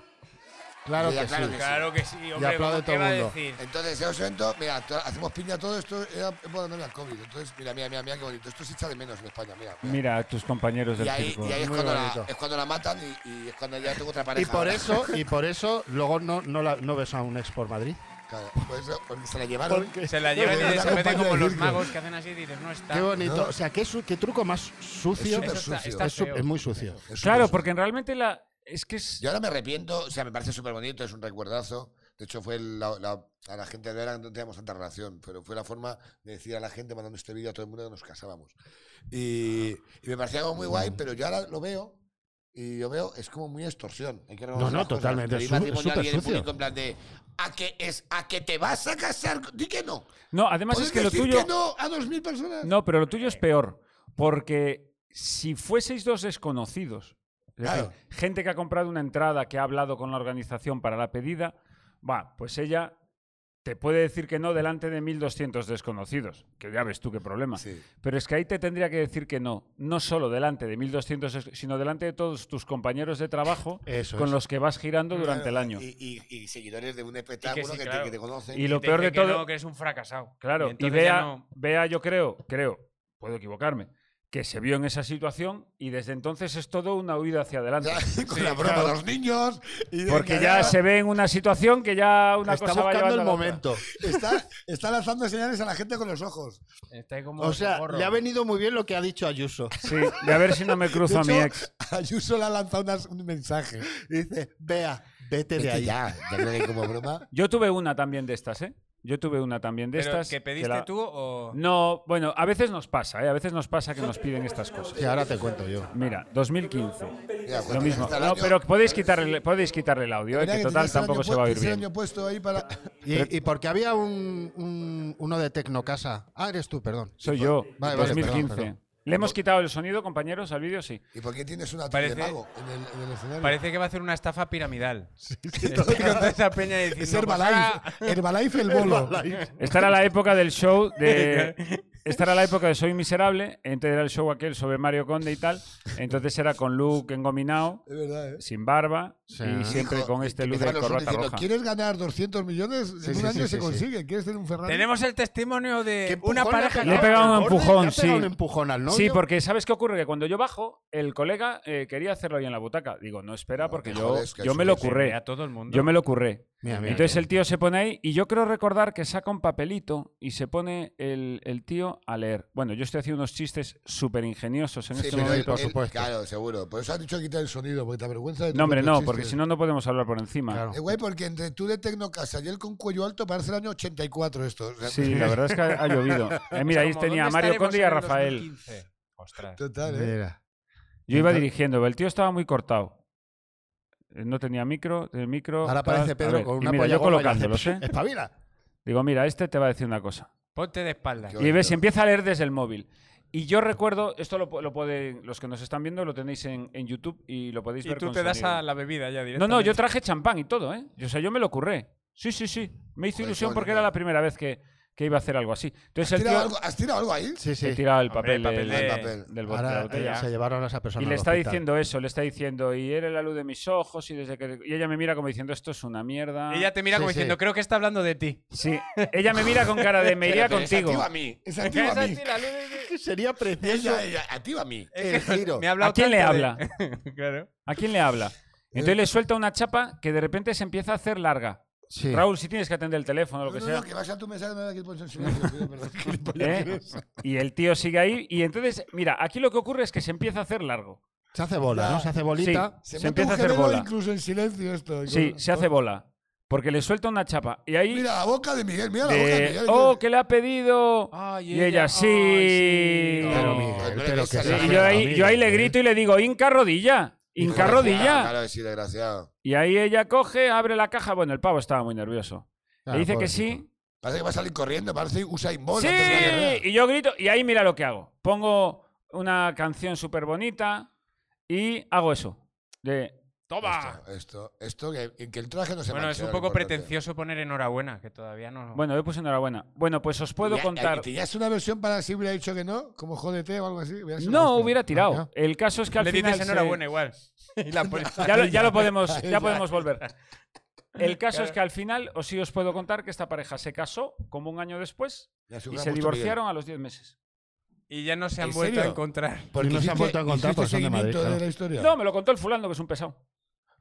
Claro Ya, que claro sí. que Claro que sí, hombre. aplaude ¿Qué todo el va a mundo. decir? Entonces, en ese momento, mira, to- hacemos piña todo esto, era época donde había COVID. Entonces, mira, mira, mira, mira, qué bonito. Esto se echa de menos en España, mira. mira. Mira a tus compañeros Y del ahí, circo. y ahí es, Muy cuando la, bonito. es cuando la matan y, y es cuando ya tengo otra Y pareja. por ahora. eso, y por eso luego no, no, la- no ves a un ex por Madrid. Claro, por eso, porque se la llevaron. Se la *laughs* llevan Pero y la se meten compañía como de los circo. magos que hacen así y dices, no está. Qué bonito. No. O sea, qué, su- qué truco más sucio. súper Es, sucio. su- es feo. muy sucio. Es súper Claro, sucio. porque realmente la es que es Yo ahora me arrepiento, o sea, me parece súper bonito, es un recuerdazo. De hecho, fue la, la- a la gente de ahora no teníamos tanta relación, pero fue la forma de decir a la gente mandando este vídeo a todo el mundo que nos casábamos. Y, y me parecía algo muy Mm. guay, pero yo ahora lo veo y yo veo, es como muy extorsión. Hay que reconocer no, las cosas. totalmente, Pedí es su- es matrimonio a alguien en supersucio. público en plan de, ¿a que, es, ¿a que te vas a casar? Di que no. No, además es ¿Puedes que lo decir tuyo que no a dos mil personas? No, pero lo tuyo es peor, porque si fueseis dos desconocidos Es decir, Claro. gente que ha comprado una entrada, que ha hablado con la organización para la pedida, va, pues ella te puede decir que no delante de 1.200 desconocidos, que ya ves tú qué problema. Sí. Pero es que ahí te tendría que decir que no, no solo delante de 1.200, es- sino delante de todos tus compañeros de trabajo Eso con es. los que vas girando durante el Claro, año. Y, y- y seguidores de un espectáculo sí, que, te- claro. que te, conocen. Y lo te peor dice de que todo- no, que eres un fracasado. Claro, y, entonces ya vea, no- vea, yo creo, creo, puedo equivocarme, que se vio en esa situación y desde entonces es todo una huida hacia adelante. *laughs* con la broma de los niños. y Porque venga, ya se ve en una situación que ya una Está cosa va buscando llevando el a la otra. momento. Está, está lanzando señales a la gente con los ojos. *laughs* Está ahí como O sea, socorro. le ha venido muy bien lo que ha dicho Ayuso. Sí, de a ver si no me cruzo De a mi hecho, ex. *laughs* Ayuso le ha lanzado unas- un mensaje. Dice, vea, vete de Vete ahí. ya, ya no hay como broma. Yo tuve una también de estas, ¿eh? Yo tuve una también de ¿Pero estas. que pediste la- tú o...? No, bueno, a veces nos pasa, ¿eh? A veces nos pasa que nos piden estas cosas. Sí, ahora te cuento yo. Mira, 2015. Mira, pues, Lo cuando mismo. está el No, año- pero podéis quitarle, podéis quitarle el audio, ¿eh? este Mira que que total tenías el tampoco año se va a oír puesto- ese bien. año puesto *laughs* ahí para... Y, y porque había un, un- uno de Tecnocasa. Ah, eres tú, perdón. Soy yo, Vale, vale, 2015. perdón, perdón. ¿Le hemos quitado el sonido, compañeros, al vídeo? Sí. ¿Y por qué tienes una Parece- tele de pago en el, en el escenario? *laughs* Parece que va a hacer una estafa *laughs* piramidal. Está *laughs* esa peña diciendo... es pues Herbalife. ahora- Herbalife el bolo. Esta era la época del show de. Esta era la época de Soy Miserable. Entonces era el show aquel sobre Mario Conde y tal. Entonces era con look engominado, Es verdad, ¿eh? sin barba Sí. y siempre Hijo, con y este que look de empezaron los corbata diciendo, roja. ¿Quieres ganar 200 millones? Sí, en sí, un año sí, se sí, consigue. ¿Quieres tener un Ferrari? Tenemos el testimonio de empujón una le ha pareja... Le he pegado un al borde? empujón, ¿Le ha pegado sí. un empujón al novio? Sí, porque ¿sabes qué ocurre? Que cuando yo bajo, el colega eh, quería hacerlo ahí en la butaca. Digo, no, espera, No, porque te yo, jodes, Ah, que yo es me lo un deseo. curré. A todo el mundo. Yo me lo curré. Mira, mira, Entonces mira. el tío se pone ahí y yo creo recordar que saca un papelito y se pone el, el tío a leer. Bueno, yo estoy haciendo unos chistes súper ingeniosos en Sí, este pero momento. él- por él- supuesto. Claro, seguro. Pues Por eso has dicho quitar el sonido, porque te avergüenza de tu No, hombre, propio no, chiste. porque si no, no podemos hablar por encima. Claro. Eh, güey, porque entre tú de Tecnocasa y él con cuello alto parece el año 84 esto. O sea, Sí, la verdad es que ha, ha llovido. *laughs* Eh, mira, ahí Pues Como, tenía a ¿dónde Mario estaremos Conde y en a el Rafael. 2015? Ostras. *laughs* Total, ¿eh? Mira. Yo iba dirigiendo, pero el tío estaba muy cortado. Eh, No tenía micro, tenía micro. Ahora tal, aparece a Pedro ver, con y una Mira, polla yo gorda y colocándolos, hace, pues, ¿eh? ¡Espabila! Digo, mira, este te va a decir una cosa. Ponte de espaldas. Y ves, empieza a leer desde el móvil. Y yo recuerdo, esto lo, po- lo pueden, los que nos están viendo lo tenéis en, en YouTube y lo podéis Y ver. tú con te das sonido. a la bebida ya No, directamente. no, yo traje champán y todo, ¿eh? O sea, yo me lo curré. Sí, sí, sí. Me hizo Joder, ilusión qué porque bonito. era la primera vez que, que iba a hacer algo así. Entonces ¿Has el tío tirado, algo, ¿Has tirado algo ahí? Sí, he sí. tirado el Hombre, papel, papel del- de- del, del bot- de la Ahora botella. eh, se llevaron a esa persona Y le al está hospital. diciendo eso, le está diciendo, y era la luz de mis ojos, y desde que. Y ella me mira como diciendo, esto es una mierda. Ella te mira Sí, como sí. diciendo, creo que está hablando de ti. Sí, ella me mira con cara de me iría contigo. Activa a mí. *laughs* Es antiguo a mí. Sería precioso Ella, ella, activa a mí. el giro. Me ha hablado ¿A quién le tanto habla? de- *laughs* claro. ¿A quién le habla? Entonces le suelta una chapa que de repente se empieza a hacer larga. Sí. Raúl, si tienes que atender el teléfono o lo No, que no, sea. no, que vas a tu mensaje, me voy a aquí por el silencio, pido perdón. *laughs* *laughs* ¿eh? Y el tío sigue ahí. Y entonces, mira, aquí lo que ocurre es que se empieza a hacer largo. Se hace bola, ¿no? Se hace Sí, bolita. se, mete empieza a un hacer gemelo bola. Incluso en silencio esto. ¿eh? Sí, Con- se hace bola. Porque le suelta una chapa. Y ahí. Mira la boca de Miguel, mira la boca de de, Miguel. ¡Oh, que le ha pedido! Ah, Ay, y ella, ella, sí. ay, sí. Pero No, Miguel, no le pero des que a Sí, la se y hace yo bola, ahí, yo ahí le ¿eh? Miguel, grito y le digo, ¡Inca rodilla! ¡Inca Claro, rodilla! Claro, sí, desgraciado. Y ahí ella coge, abre la caja. Bueno, el pavo estaba muy nervioso. ¿eh? le dice Ah, que pobrecito. sí. Parece que va a salir corriendo, parece Usain Bolt. antes pues, de la carrera. Sí, y yo grito, y ahí mira lo que hago. Pongo una canción súper bonita y hago eso. De, ¡Toma! Esto, esto, esto que, que el traje no se Bueno, manche, es era un lo poco importante. pretencioso poner enhorabuena, que todavía no. Bueno, le puse enhorabuena. Bueno, pues os puedo Ya, contar. ¿Y ya es una versión para si hubiera dicho que no? Como jódete o algo así. sido más No feo. hubiera Ah, tirado. El caso es que al le final. dices se- enhorabuena igual. Y la pones- Ya lo, ya lo podemos, ya podemos volver. *laughs* El caso es que al final, os sí os puedo contar que esta pareja se casó como un año después Ya y gran se gusto, divorciaron a los 10 meses. Y ya no se han ¿En vuelto a serio? encontrar. Porque no se han hiciste- vuelto a encontrar hiciste pues porque son de Madrid. seguimiento de claro. la historia. No, me lo contó el fulano, que es un pesado.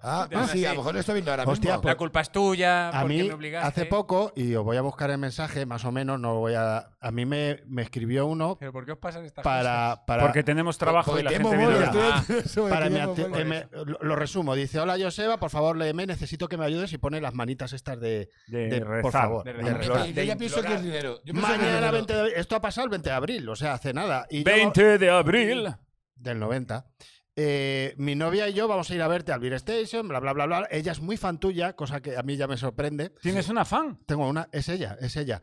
Ah, Ah, sí, sí. a lo mejor lo está viendo ahora Hostia, mismo. pues- La culpa es tuya, A porque mí, me obligaste. hace poco, y os voy a buscar el mensaje, más o menos, no voy a. A mí me, me escribió uno Pero ¿por qué os pasan estas cosas? para. para Porque tenemos trabajo y la gente viene bola, de- estoy- Ah, *laughs* eso me este para mi tenía ate- bola. eh, me- lo, lo resumo, dice, hola Joseba, por favor léeme, necesito que me ayudes y pone las manitas estas de... de de- rezar. por favor, de de rezar. rezar. Yo ya pienso que es dinero. Yo pienso que es Mañana dinero. 20 de abril, esto ha pasado el 20 de abril, o sea, hace nada. Y yo- 20 de abril. del 90. Eh, mi novia y yo vamos a ir a verte al Beer Station, bla, bla, bla, bla. Ella es muy fan tuya, cosa que a mí ya me sorprende. ¿Tienes un afán? Tengo una, es ella, es ella.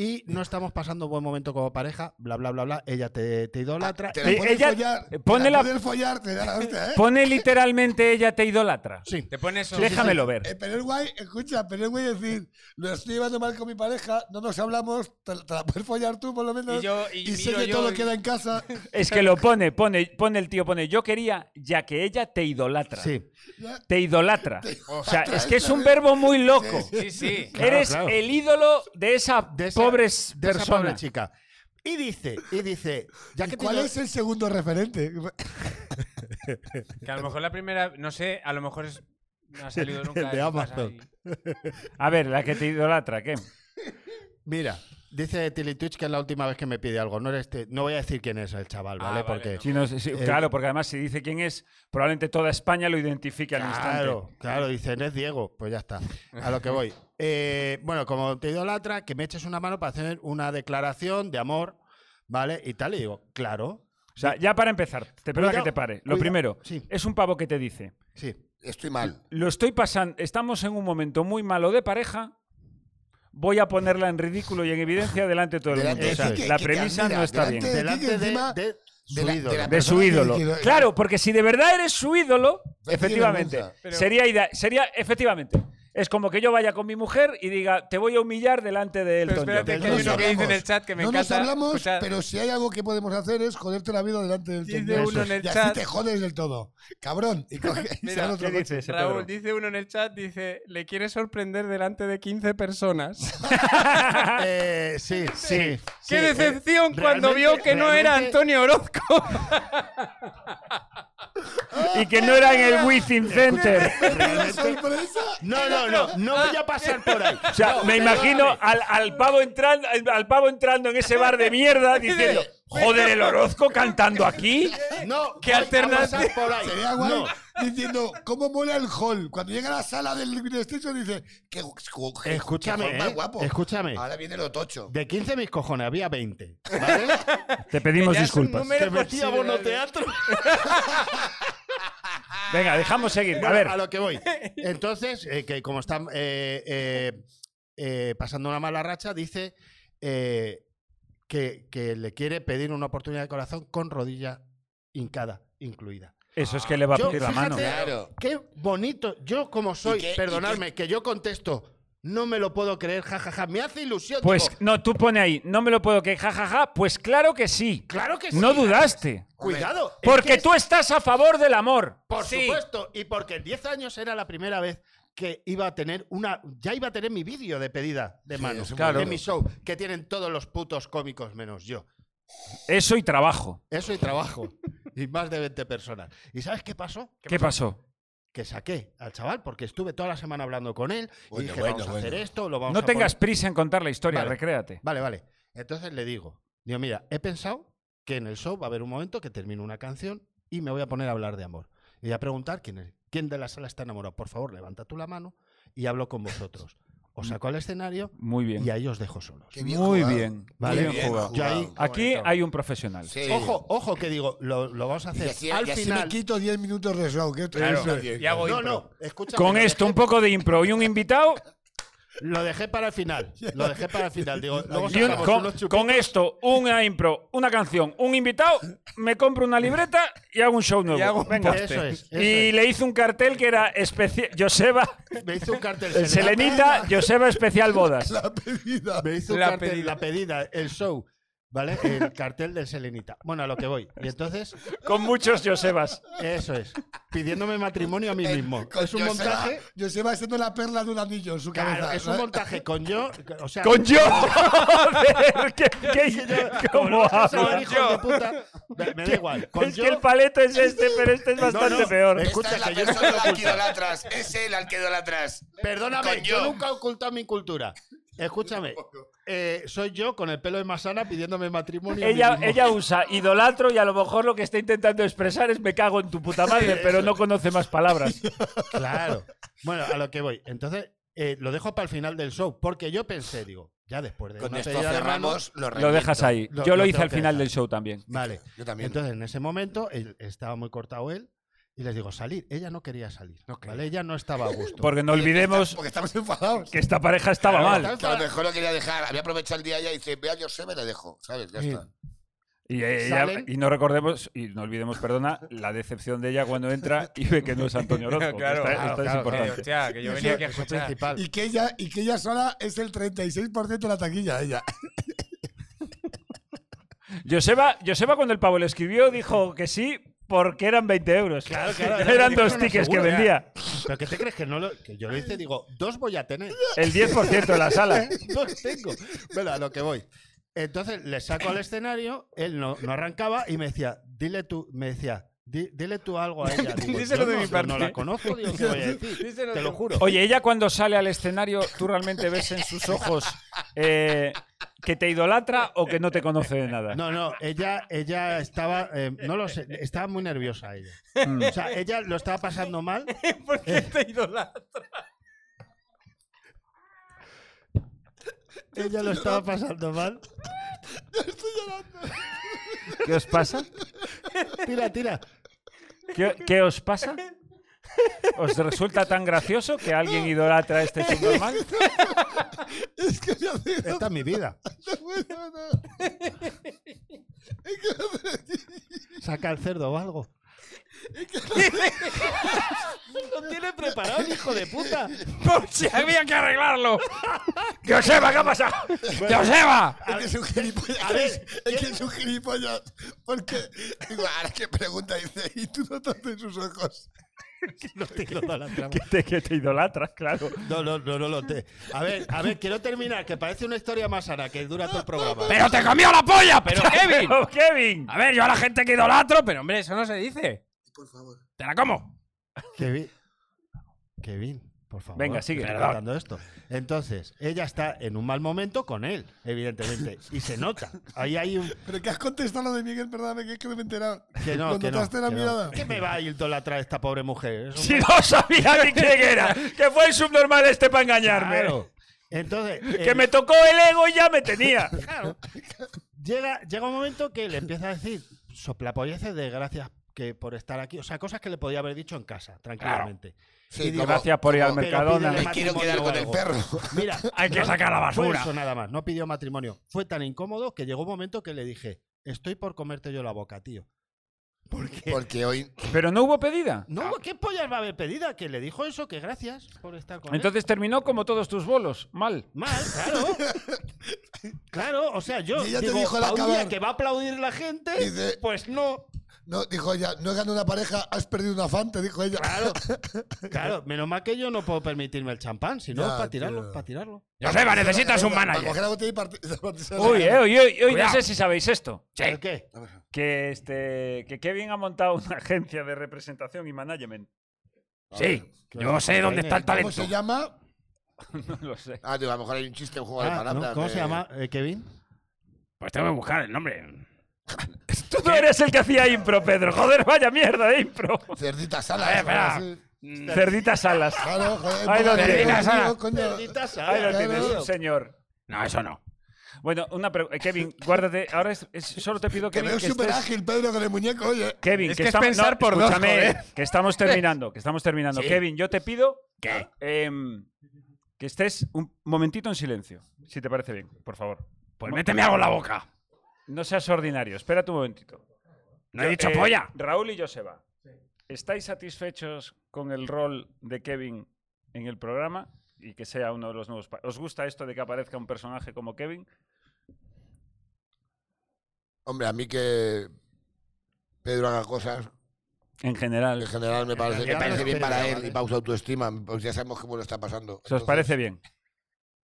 y no estamos pasando un buen momento como pareja, bla, bla, bla, bla. Ella te, te idolatra. *laughs* Ah, Te la Eh, puedes ella- follar. te pone la- puedes follar, te da *laughs* la hostia, ¿eh? Pone literalmente ella te idolatra. Sí. Te pones eso. Déjamelo ver. Eh, Pero es guay, escucha, pero es guay decir, lo estoy llevando mal con mi pareja, no nos hablamos, te, te la puedes follar tú por lo menos. Y yo- y sé miro que yo todo y- queda en casa. Es eh, que lo pone, pone, pone el tío, pone yo quería, ya que ella te idolatra. Sí. ¿eh? Ya, Te idolatra. O sea, es que es un verbo muy loco. *laughs* Sí, sí. Claro, Eres claro. el ídolo de esa, De esa- pobre de esa persona. pobre chica. Y dice, y *laughs* dice, ya ¿Y que te ¿Cuál ido- es el segundo referente? Que a lo mejor la primera, no sé, a lo mejor es, no ha salido nunca. ¿eh? El de en tu casa Amazon. y- A ver, la que te idolatra, ¿qué? Mira, dice Tilly Twitch que es la última vez que me pide algo. No, eres te- no voy a decir quién es el chaval, Ah, ¿vale? vale, Porque. no. Si no- si- Eh, claro, porque además si dice quién es, probablemente toda España lo identifique al Claro, instante. claro, dice, no es Diego, pues ya está, a lo que voy. Eh, bueno, como te idolatra, que me eches una mano para hacer una declaración de amor, ¿vale? Y tal, y digo, claro, O sea, ya para empezar, te perdona Cuidado, que te pare. Lo cuidado, primero, sí. es un pavo que te dice, sí. Estoy mal. lo estoy pasando, estamos en un momento muy malo de pareja, voy a ponerla en ridículo y en evidencia delante de todo el Delante mundo. de O sea, ti que- la que te premisa admira, no está delante bien. de- Delante de, encima de su de la- de la ídolo. persona De su que ídolo. dijiste, Claro, porque si de verdad eres su ídolo, tiene efectivamente, vergüenza. Pero- sería, ida- sería, efectivamente, es como que yo vaya con mi mujer y diga, te voy a humillar delante de él. Pero espérate, que hay Nos uno que dice en hablamos. el chat que me no encanta. nos hablamos, escuchar. pero si hay algo que podemos hacer es joderte la vida delante del Dice tendón. uno en el y chat- así te jodes del todo. Cabrón. Y coge- y Mira, sale otro ¿qué coche. dices, Raúl, Pedro? dice uno en el chat, dice, le quiere sorprender delante de 15 personas. *laughs* Eh, sí, sí. sí, ¡Qué eh, decepción cuando realmente- vio que no era realmente- Antonio Orozco! Y que no era en el Within Center. sorpresa! No, no, no, no voy a pasar por ahí. O sea, me imagino al, al pavo entrando, al, al pavo entrando en ese bar de mierda diciendo, joder, el Orozco cantando aquí. No, ¿Qué voy a alternativa? pasar por ahí. Sería guay No. diciendo cómo mola el hall. Cuando llega a la sala del PlayStation dice, qué, gu- qué- qué Escúchame, hall más eh, guapo. escúchame. Ahora viene lo tocho. De 15 mis cojones, había *laughs* 20. ¿Vale? Te pedimos Ya es un disculpas. número Que metía considerable. *laughs* bonoteatro. Venga, dejamos seguir. A Bueno, ver, a lo que voy. *laughs* Entonces, eh, que como están eh, eh, eh, pasando una mala racha, dice eh, que, que le quiere pedir una oportunidad de corazón con rodilla hincada incluida. eso es que le va a Yo, pedir la mano. fíjate, Qué bonito. Yo como soy, ¿Y qué- y perdonadme, que yo contesto, no me lo puedo creer, jajaja, me hace ilusión. Pues Digo, no, tú pone ahí, no me lo puedo que jajaja, pues claro que sí. claro que sí. No dudaste. Cuidado. es que Porque es- tú estás a favor del amor. Por Sí. supuesto, y porque en 10 años era la primera vez que iba a tener una. Ya iba a tener mi vídeo de pedida de mano. es un de momento. mi show, que tienen todos los putos cómicos menos yo. Eso y trabajo. Eso y trabajo. y más de 20 personas. ¿Y sabes qué pasó? ¿Qué pasó? Que saqué al chaval, porque estuve toda la semana hablando con él Bueno, y dije, bueno, vamos a bueno. hacer esto, lo vamos a No poner- tengas prisa en contar la historia, Vale. recréate. Vale, vale. Entonces le digo, digo, mira, he pensado que en el show va a haber un momento que termino una canción y me voy a poner a hablar de amor. Y voy a preguntar quién, es- quién de la sala está enamorado. Por favor, levanta tú la mano y hablo con vosotros. Os saco al escenario Muy y bien. ahí os dejo solos. Qué bien Muy ¿eh? jugado. bien. Vale. Muy bien Bien jugado. Yo ahí, jugado. Aquí hay un profesional. Sí. ojo, ojo que digo, lo, lo vamos a hacer Y así- al y así Si me final. quito 10 minutos de show, que esto Claro, es una- y hago No, impro. no, escúchame. Con lo esto, dejé- un poco de impro y un invitado. Lo dejé para *laughs* el final. Lo dejé para el final. Digo, luego y un- sacamos con, unos chup- con esto, una impro, una canción, un invitado, me compro una libreta y hago un show nuevo. Y hago un Venga. Eso es. eso Y le hice un cartel que era especial. Joseba, es. Me hizo un cartel. el Selena. Selenita, Joseba Especial Bodas. *laughs* la pedida. Me hizo un La cartel, pedida. la pedida, el show, ¿vale? El cartel del Selenita. Bueno, a lo que voy. Y entonces, Con muchos Josebas. eso es. Pidiéndome matrimonio a mí mismo. con Es un Joseba. montaje. Yo se va haciendo la perla de un anillo en su cabeza. Claro, es un ¿no? montaje con yo. O sea, ¡Con yo! *laughs* Joder, ¿qué- qué- ¿Cómo José habla? Sabar, hijo de puta. Me- Me da igual. Con Es yo. que el paleto es este, pero este es No, bastante no, peor. es- Escucha, Esta es la que yo no quiero persona al que ocultar. idolatras. Es él al que idolatras. Perdóname, Con yo. yo. nunca he ocultado mi cultura. Escúchame, eh, soy yo con el pelo de masana pidiéndome matrimonio. a mí Ella, mismo. ella usa idolatro y a lo mejor lo que está intentando expresar es me cago en tu puta *laughs* madre, pero no conoce más palabras. Claro. Bueno, a lo que voy. Entonces, eh, lo dejo para el final del show, porque yo pensé, digo, ya después de Con una esto pedida de mano, cerramos. Lo, Lo dejas ahí. Lo- Yo lo, lo hice tengo al que final dejar. del show también. Vale. Yo también. Entonces, en ese momento, él- estaba muy cortado él Y les digo, salir. Ella no quería salir. No quería. ¿vale? Ella no estaba a *laughs* gusto. Porque no olvidemos Porque estamos enfadados. que esta pareja estaba Claro, mal. estaba- Que a lo mejor lo quería dejar, había aprovechado el día ya y dice, vea, yo sé, me la dejo, ¿sabes? Ya Sí. está. Y, ella- salen. y no recordemos, y no olvidemos, perdona, la decepción de ella cuando entra y ve que no es Antonio Orozco. *laughs* que Claro, esta- esta claro, es claro, importante. Eh, hostia, que yo Eso- venía aquí a eso es escuchar. principal. Y que, ella, y que ella sola es el 36% de la taquilla, ella. Joseba, Joseba, cuando el pavo le escribió, dijo que sí porque eran 20 euros. Claro, claro, era eran lo dos que tickets seguro, que ya. vendía. ¿Pero qué te crees que no lo, que yo le hice? Digo, dos voy a tener. El 10% de la *laughs* sala. dos tengo. Bueno, a lo que voy. Entonces le saco al escenario, él no, no arrancaba y me decía, dile tú, me decía, "Di- dile tú algo a ella. Digo, Díselo yo de no, mi sé, parte. No la conozco, digo, ¿qué voy a decir? Díselo Te lo tú. juro. Oye, ella cuando sale al escenario, ¿tú realmente ves en sus ojos eh, que te idolatra o que no te conoce de nada? No, no, ella, ella estaba, eh, no lo sé, estaba muy nerviosa ella. Mm. O sea, ella lo estaba pasando mal. ¿Por qué te idolatra? Ella lo estaba pasando mal. ¿Qué os pasa? Tira, tira. ¿Qué, qué os pasa? ¿Os resulta tan gracioso que alguien idolatra a este subnormal? Es que me hace gracia, Esta es mi vida. bueno, no. Saca el cerdo o algo. Lo tiene preparado, el hijo de puta. *laughs* ¡Si había que arreglarlo! *laughs* ¡Joseba, qué ha pasado! ¡Joseba! Es que es un gilipollas. Es que es un gilipollas. Porque, digo, ahora que pregunta, dice, ¿y tú notas en sus ojos? No te idolatra. Que te, Este que te idolatra, claro. No, no, no, no lo te. A ver, a ver, quiero terminar, que parece una historia más sana, que dura todo el programa. ¡Pero te comió la polla! *laughs* ¡Pero Kevin! Pero, Kevin! A ver, yo a la gente que idolatro, pero hombre, eso no se dice. Por favor. ¡Te la como! Kevin. Kevin, por favor. Venga, sigue. estoy Perdón. contando esto. Entonces, ella está en un mal momento con él, evidentemente. Y se nota. Ahí hay un. Pero que has contestado lo de Miguel, perdóname, que es que no me he enterado. Que no, Lo que no, notaste en la que no. mirada. ¿Qué me va a idolatrar esta pobre mujer? Es un Si no sabía ni quién era, que fue el subnormal este para engañarme. Claro. Entonces, Que eh, me tocó el ego y ya *laughs* me tenía. llega, llega un momento que le empieza a decir soplapolleces de gracias que por estar aquí. O sea, cosas que le podía haber dicho en casa, tranquilamente. Sí, digo, como- Gracias por ir al como- Mercadona. pídele Me quiero matrimonio quedar o con el algo. perro. *laughs* Mira, Hay que no- sacar la fue basura. eso nada más, no pidió matrimonio. Fue tan incómodo que llegó un momento que le dije, estoy por comerte yo la boca, tío. Porque Porque hoy Pero no hubo pedida. no, ¿qué pollas va a haber pedida? Que le dijo eso, que gracias por estar con él. Entonces terminó como todos tus bolos, mal. Mal, claro. claro, o sea, yo Y ella te digo, dijo al "Pa' un día acabar". que va a aplaudir la gente, Dice- pues no. No, dijo ella, no he ganado una pareja, has perdido una fan, te dijo ella. Claro, claro, menos mal que yo no puedo permitirme el champán, si no, Ya, para tirarlo, tío. para tirarlo. Joseba, necesitas un Para coger manager. la botella y parti- partirse *laughs* la Uy, cara. eh, uy, uy, uy, no Cuidado. sé si sabéis esto. ¿El qué? Que este, que Kevin ha montado una *laughs* agencia de representación y management. *laughs* Sí, yo sé dónde está el ¿Cómo talento. se llama? No lo sé. Ah, digo, a lo mejor hay un chiste, un juego de Ah, palabras. ¿no? ¿Cómo de- se llama, eh, Kevin? Pues tengo que buscar el nombre. Tú no eres el que hacía impro, Pedro. Joder, vaya mierda de impro. Cerdita Salas. A ver, espera. algo así. Cerdita Salas. Claro, joder. Ahí lo empújale, tienes. coño, Salas. coño. Ahí lo tienes, Claro. un señor. No, eso no. Bueno, una pregunta. Kevin, guárdate. Ahora es- es- solo te pido, Que Kevin, veo que súper estés- ágil, Pedro, con el muñeco, oye. Kevin, Es que, que es estamos, pensar por dos, escúchame, joder. que estamos terminando, que estamos terminando. Sí. Kevin, yo te pido ¿Qué? em, que estés un momentito en silencio, si te parece bien, por favor. Pues méteme algo en la boca. No seas ordinario, espérate un momentito. No he Yo- dicho eh, polla. Raúl y Joseba, ¿estáis satisfechos con el rol de Kevin en el programa y que sea uno de los nuevos? pa- ¿Os gusta esto de que aparezca un personaje como Kevin? Hombre, a mí que Pedro haga cosas, En en general. general me parece, me general, parece no, bien pero para Eh, ya, él vale. y para su autoestima. Pues ya sabemos cómo lo está pasando. ¿Se os Entonces, parece bien?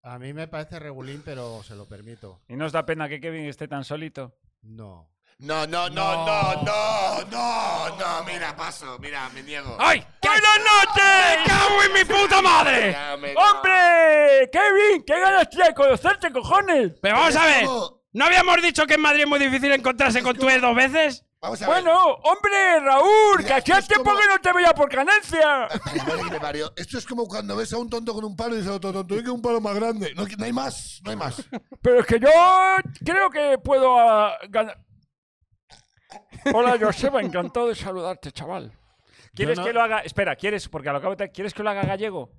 A mí me parece regulín, pero se lo permito. ¿Y no os da pena que Kevin esté tan solito? No. No, no, no, no, no, no, no, mira, paso, mira, me niego. Ah, ¡Ay! ¡Buenas noches! ¡Me cago en mi puta madre! Ya me- ¡Hombre! ¡Kevin! ¡Qué ganas tía de conocerte, cojones! Pero vamos a ver. ¿Cómo? ¿No habíamos dicho que en Madrid es muy difícil encontrarse con tú dos veces? Vamos a ver. Bueno, hombre, Raúl, que Mira, hacía es como- tiempo que no te veía por Canencia. La madre que me parió. Esto es como cuando ves a un tonto con un palo y dices, otro tonto, que un palo más grande. No, no hay más, no *laughs* hay más. Pero es que yo creo que puedo ah, ganar. Hola, Joseba, encantado de saludarte, chaval. ¿Quieres Yo no- que lo haga? Espera, ¿quieres? Porque a lo acabo de... ¿Quieres que lo haga gallego?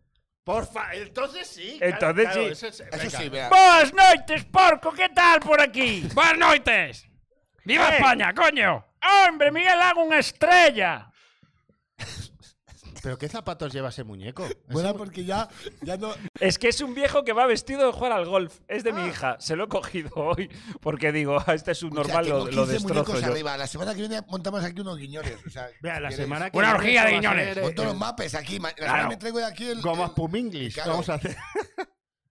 Porfa, entonces sí. Entonces sí. ese es- venga. Eso sí, vea. ¡Buenas noches, porco! ¿Qué tal por aquí? ¡Buenas noches! ¡Viva Eh. España, coño! ¡Hombre, Miguel Lago, una estrella! ¿Pero qué zapatos lleva ese muñeco? Bueno, porque ya, ya no. Es que es un viejo que va vestido de jugar al golf. Es de mi hija. Se lo he cogido *laughs* hoy porque digo, "Ah, este es un Ah. o sea, normal, tengo lo, lo 15 destrozo muñecos yo. arriba. La semana que viene montamos aquí unos guiñones. O sea, Vea, la ¿queréis? semana que Una viene orgía de esto va a guiñones. ser, eh, Con todos los mapes aquí. ma- la semana Claro. Me traigo de aquí el. Gomas el- Puminglis. Claro. Vamos a hacer.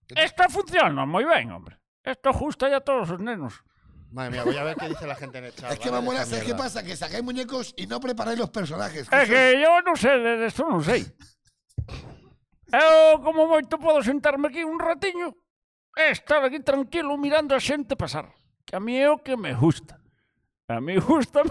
Esto funciona muy bien, hombre. Esto justo ya a todos los nenos. Madre mía, voy a ver qué dice la gente en el chat. Es que ¿vale? vamos a Esta hacer qué mierda. pasa, que sacáis muñecos y no preparáis los personajes. Es que eso que yo no sé, de esto no sé. Eu, como moito, podo sentarme aquí un ratiño e estar aquí tranquilo mirando a xente pasar. Que a mí é o que me gusta. A mí gusta...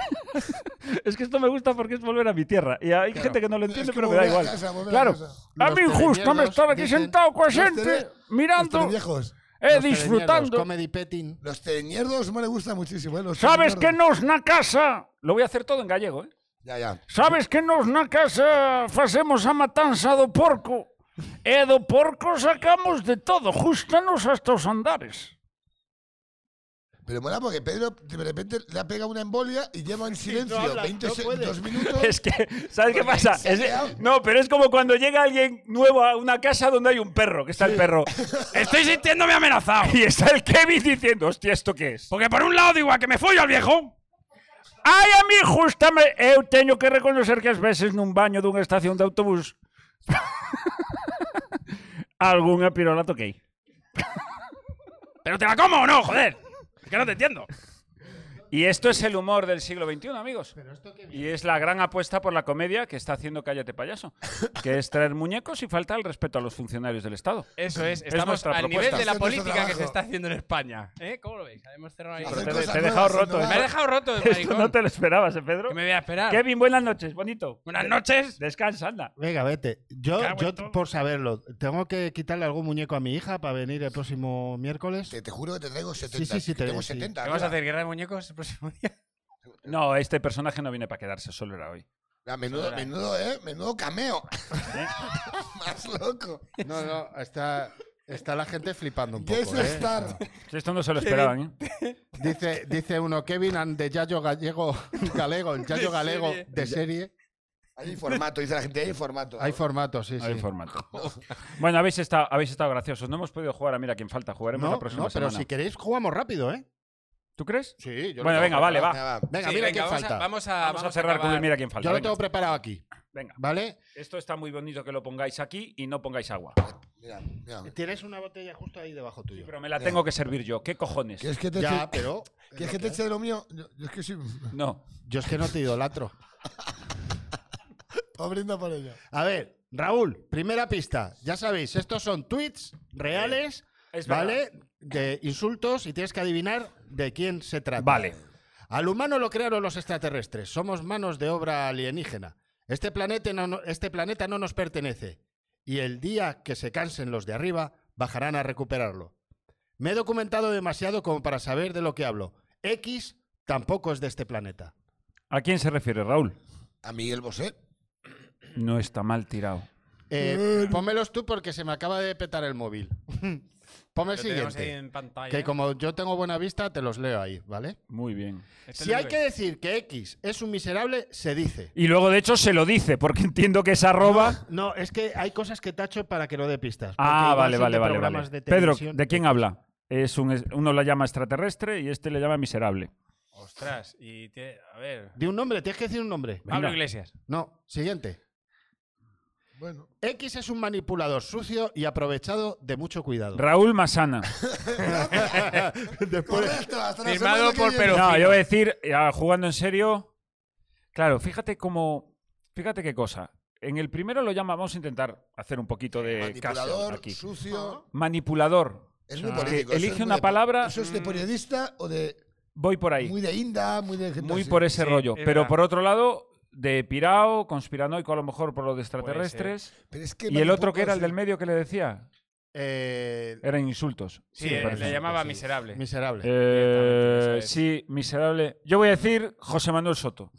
*laughs* es que esto me gusta porque es volver a mi tierra. Y hay gente que no lo es entiende, que pero me da volver a igual. casa, volver a claro. casa. A Los mí gusta me teleñedos estar aquí dicen- sentado con a los xente, tele- mirando Los viejos. Eh, e Los teleñedos, disfrutando. Comedy petting. Los teñerdos me le gusta muchísimo. ¿eh? Los Sabes que nos teñerdos. na casa... Lo voy a hacer todo en gallego, eh? Ya, ya. Sabes que nos na casa facemos a matanza do porco E do porco sacamos de todo, justanos hasta os andares Pero mola porque Pedro de repente le ha pegado una embolia y lleva en silencio habla, 20 no se- puede. dos minutos. *laughs* Es que, ¿sabes qué pasa? se ha Es- quedado- no, pero es como cuando llega alguien nuevo a una casa donde hay un perro, que está el *laughs* perro Estoy sintiéndome amenazado. Y está el Kevin diciendo, hostia, ¿esto qué es? Porque por un lado "Ah, digo a que me follo al viejo. Ai, a mí justame, eu teño que reconocer que ás veces nun baño dunha estación de autobús *laughs* algunha pirola *laughs* toquei. ¿Pero te la como o no, joder? Es que no te entiendo. Y esto es el humor del siglo XXI, amigos. y es la gran apuesta por la comedia que está haciendo Cállate Payaso, que es traer muñecos y falta el respeto a los funcionarios del Estado. Eso es, estamos estamos nuestra al al nivel nivel de propuesta. de la la política política que que se se está haciendo en España. ¿Eh? ¿Cómo lo veis? Hemos cerrado ahí. Hacer Pero te, cosas te he nuevas, dejado roto. innovar. ¿eh? Me ha dejado roto el Esto no maricón. te lo esperabas, ¿eh, Pedro? Que me voy a esperar. Kevin, buenas noches, bonito. Buenas noches. Descansa, anda. Venga, vete. Yo, Cago en yo todo. por saberlo, tengo que quitarle algún muñeco a mi hija para venir el próximo miércoles. Te, te juro que te traigo 70. sí, sí, te- tengo sí. 70. ¿Qué vamos a mira. hacer? ¿Guerra de muñecos el próximo día? No, este personaje no viene para quedarse, solo era hoy. Ah, menudo, menudo, ¿eh? Menudo cameo. *laughs* Más loco. No, no, está, está la gente flipando un Guest poco. ¿eh? Star. Esto no se lo esperaban, ¿eh? Dice, dice uno, Kevin and the Yayo Gallego, Galego, el Yayo Galego serie. de serie. Hay formato, dice la gente, hay formato. Hay formato, sí, sí. Hay formato. Bueno, habéis estado, habéis estado graciosos. No hemos podido jugar a Mira quién falta. Jugaremos no, la próxima no, pero semana. si queréis jugamos rápido, ¿eh? ¿Tú crees? Sí, yo lo Bueno, tengo venga, vale, preparado. va. Venga, Sí, mira quién vamos falta. A, Ah, vamos a, Vamos, a cerrar con el acabar. Mira quién falta. Yo lo venga. tengo preparado aquí, Venga. ¿vale? Esto está muy bonito que lo pongáis aquí y no pongáis agua. Ah. Mira, mira. Tienes una botella justo ahí debajo tuyo. Pero me la tengo que servir yo. ¿Qué cojones? ¿Quieres que te Ya, eche- pero. ¿Quieres que te eche de lo mío? Yo, yo es que soy. *laughs* No. Yo es que no te idolatro. O brindo por ello. A ver, Raúl, primera pista. Ya sabéis, estos son tweets reales, Es verdad. ¿vale? De insultos y tienes que adivinar de quién se trata. Vale. Al humano lo crearon los extraterrestres. Somos manos de obra alienígena. Este planeta no, no- este planeta no nos pertenece. Y el día que se cansen los de arriba, bajarán a recuperarlo. Me he documentado demasiado como para saber de lo que hablo. X tampoco es de este planeta. ¿A quién se refiere, Raúl? A Miguel Bosé. No está mal tirado. Eh, pónmelos tú porque se me acaba de petar el móvil. *laughs* Ponme el Lo tenemos ahí siguiente. en pantalla. Que como yo tengo buena vista, te los leo ahí, ¿vale? Muy bien. Este Si hay libro. que decir que X es un miserable, se dice. Y luego, de hecho, se lo dice, porque *laughs* entiendo que es arroba. No, es que hay cosas que tacho para que no dé pistas. ah, porque igual vale, son vale, de vale. programas vale. de Pedro, televisión. ¿de quién habla? Es un, es- uno la llama extraterrestre y este le llama miserable. Ostras, y tiene- a ver. De un nombre, tienes que decir un nombre. Pablo Venga. Iglesias. No, siguiente. Bueno. X es un manipulador sucio y aprovechado de mucho cuidado. Raúl Masana. Correcto, hasta la Firmado semana que por viene. Eh, Pero no, fino. yo voy a decir, ya, jugando en serio. Claro, fíjate cómo. Fíjate qué cosa. En el primero lo llama, vamos a intentar hacer un poquito de caso Manipulador, aquí. sucio. Manipulador. Es muy Ah. político. Que eso es elige muy una de- palabra- Eso es de periodista o de. Voy por ahí. Muy de Inda, muy de. gente muy así. por ese Sí, rollo. es Pero verdad. por otro lado, de pirao, conspiranoico a lo mejor por lo de extraterrestres. Pero es que Y el otro manipu- que era el sí. del medio que le decía. eh, Eran insultos. Sí, me eh, Pues, parece. le llamaba sí. miserable. miserable. Eh, Directamente, eso es. sí, miserable. Yo voy a decir José Manuel Soto.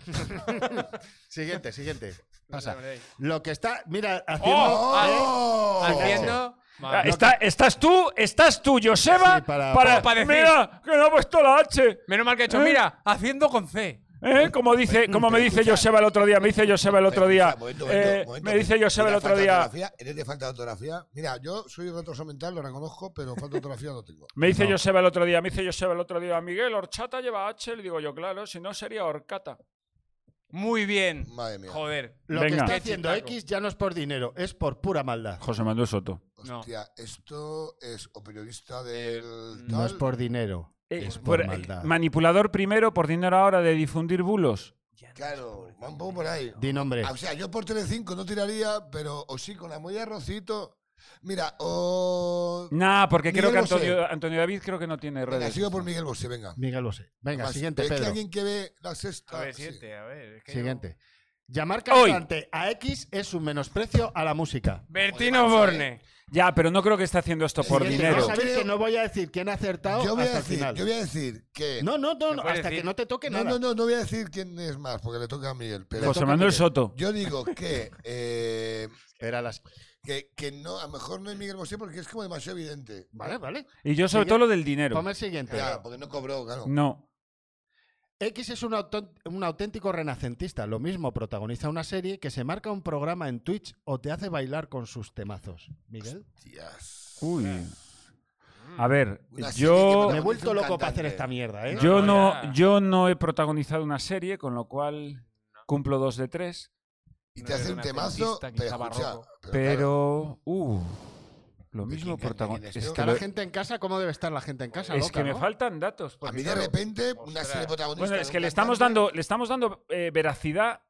Siguiente, siguiente. Este, Pasa. Miserable. Lo que está. Mira, haciendo. ¡Oh! ¡Oh! ha- Haciendo. Ah, Madre- está- estás tú, estás tú, Joseba, Sí, para- para, para- para decir. mira, que no ha puesto la H. Menos mal que he hecho. ¿Eh? Mira, haciendo con C. ¿eh? Como dice, como me dice Joseba el otro día, me dice Joseba el otro día, Momento, momento, eh, momento. me dice Joseba el Mira, otro falta día, ortografía, Eres de falta de ortografía. Mira, yo soy retraso mental, lo reconozco, pero falta de ortografía no tengo. me dice Joseba el otro día, me dice Joseba el otro día, Miguel, horchata lleva H, le digo yo, claro, si no sería horcata. Muy bien. Madre mía. Joder. Lo que Venga. está haciendo Qué chistaco. X ya no es por dinero, es por pura maldad. José Manuel Soto. No. Eh, Hostia, esto es o periodista del. No tal, es por dinero, Eh, es por por- maldad. manipulador primero, por dinero ahora de difundir bulos. Claro, va un poco por ahí. Di nombre. Ah, O sea, yo por Telecinco no tiraría, pero o sí, con la muy de Rocito. Mira, o. Nah, porque creo Miguel que Bosé. Antonio, Antonio David creo que no tiene Venga, redes. sigo por Miguel Bosé, venga. Miguel Bosé. Venga, Más, siguiente, es que Pedro. alguien que ve la sexta. A ver, sí. siguiente, a ver. es que yo- Siguiente. Llamar Hoy. cantante a X es un menosprecio a la música. Bertino Joder, macho, Borne. Ya, pero no creo que esté haciendo esto por que Siguiente. dinero. Vamos a ver que no voy a decir quién ha acertado Yo voy, hasta a decir, el final. yo voy a decir que. No, no, no, ¿Me no, puedes hasta decir? que no te toque no, nada. no, no, no voy a decir quién es más, porque le toca a Miguel. Pero José Manuel Miguel. Soto. yo digo que. eh, Era las... que, que no, a lo mejor no es Miguel Bosé porque es como demasiado evidente. Vale, vale. Y yo sobre Miguel- todo lo del dinero. Ponme el siguiente. Ya, pues. porque no cobró, claro. No. X es un, autón- un auténtico renacentista. Lo mismo protagoniza una serie que se marca un programa en Twitch o te hace bailar con sus temazos. Miguel. Hostias. Uy. A ver, Una serie yo, Me he que vuelto un loco para cantante. hacer esta mierda, ¿eh? yo, No, no, ya. yo no he protagonizado una serie, con lo cual cumplo dos de tres. Y No te era hace un una temazo, artista, pero quizá escucha, barroco. Pero. Uh, lo mismo quién canta quién es? protagonista. Es Yo- que, Está la lo- gente en casa, ¿cómo debe estar la gente en casa? es loca, que me ¿no? faltan datos. claro, a porque mí de claro, repente una Ostras. serie protagonista. Bueno, de es un que le estamos cantante- dando, le estamos dando eh, veracidad.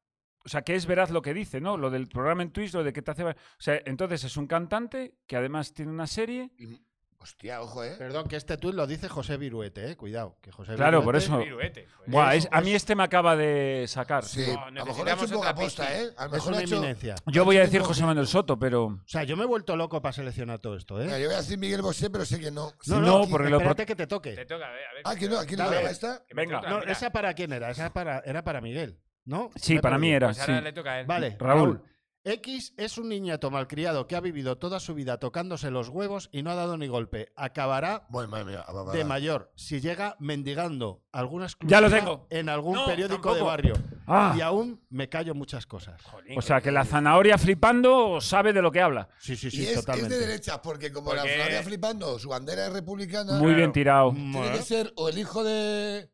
O sea, que es veraz lo que dice, ¿no? Lo del programa en Twitch, lo de que te hace. ba- O sea, entonces es un cantante que además tiene una serie. Y- Hostia, ojo, eh. Perdón, que este tuit lo dice José Viruete, ¿eh? Cuidado, que José Claro, Viruete- por eso. Piruete, pues. joder. Buah, es- a mí este me acaba de sacar. Pues Sí, No, a lo mejor ha necesitamos hecho poca otra aposta, pista. ¿eh? A lo Es mejor una ha hecho. eminencia. Yo voy a decir José Manuel Soto, pero. O sea, yo me he vuelto loco para seleccionar todo esto, Mira, ¿eh? yo voy a decir Miguel Bosé, pero sé que no. No, Sí, no, aquí- porque lo- Espérate que te Te toque. toca, a ver. A ver Ah, que no, aquí no Dale. graba esta. que me Venga. toca, No, mira. esa para quién era, esa para, era para Miguel, ¿no? Sí, Me he para mí perdido. era. Pues ahora sí. le toca a él. Vale, Raúl. Raúl. X es un niñato malcriado que ha vivido toda su vida tocándose los huevos y no ha dado ni golpe. Acabará Bueno, madre mía, va, va, de va. mayor si llega mendigando alguna Ya lo exclusiva tengo. en algún No, periódico de tampoco. barrio. Ah, Y aún me callo muchas cosas. Jolín, o sea, que la zanahoria flipando sabe de lo que habla. Sí, sí, Y sí, es, es totalmente. de derechas, porque como la Porque- Florida flipando, su bandera es republicana, Muy bien tirado. tiene Bueno. que ser o el hijo de.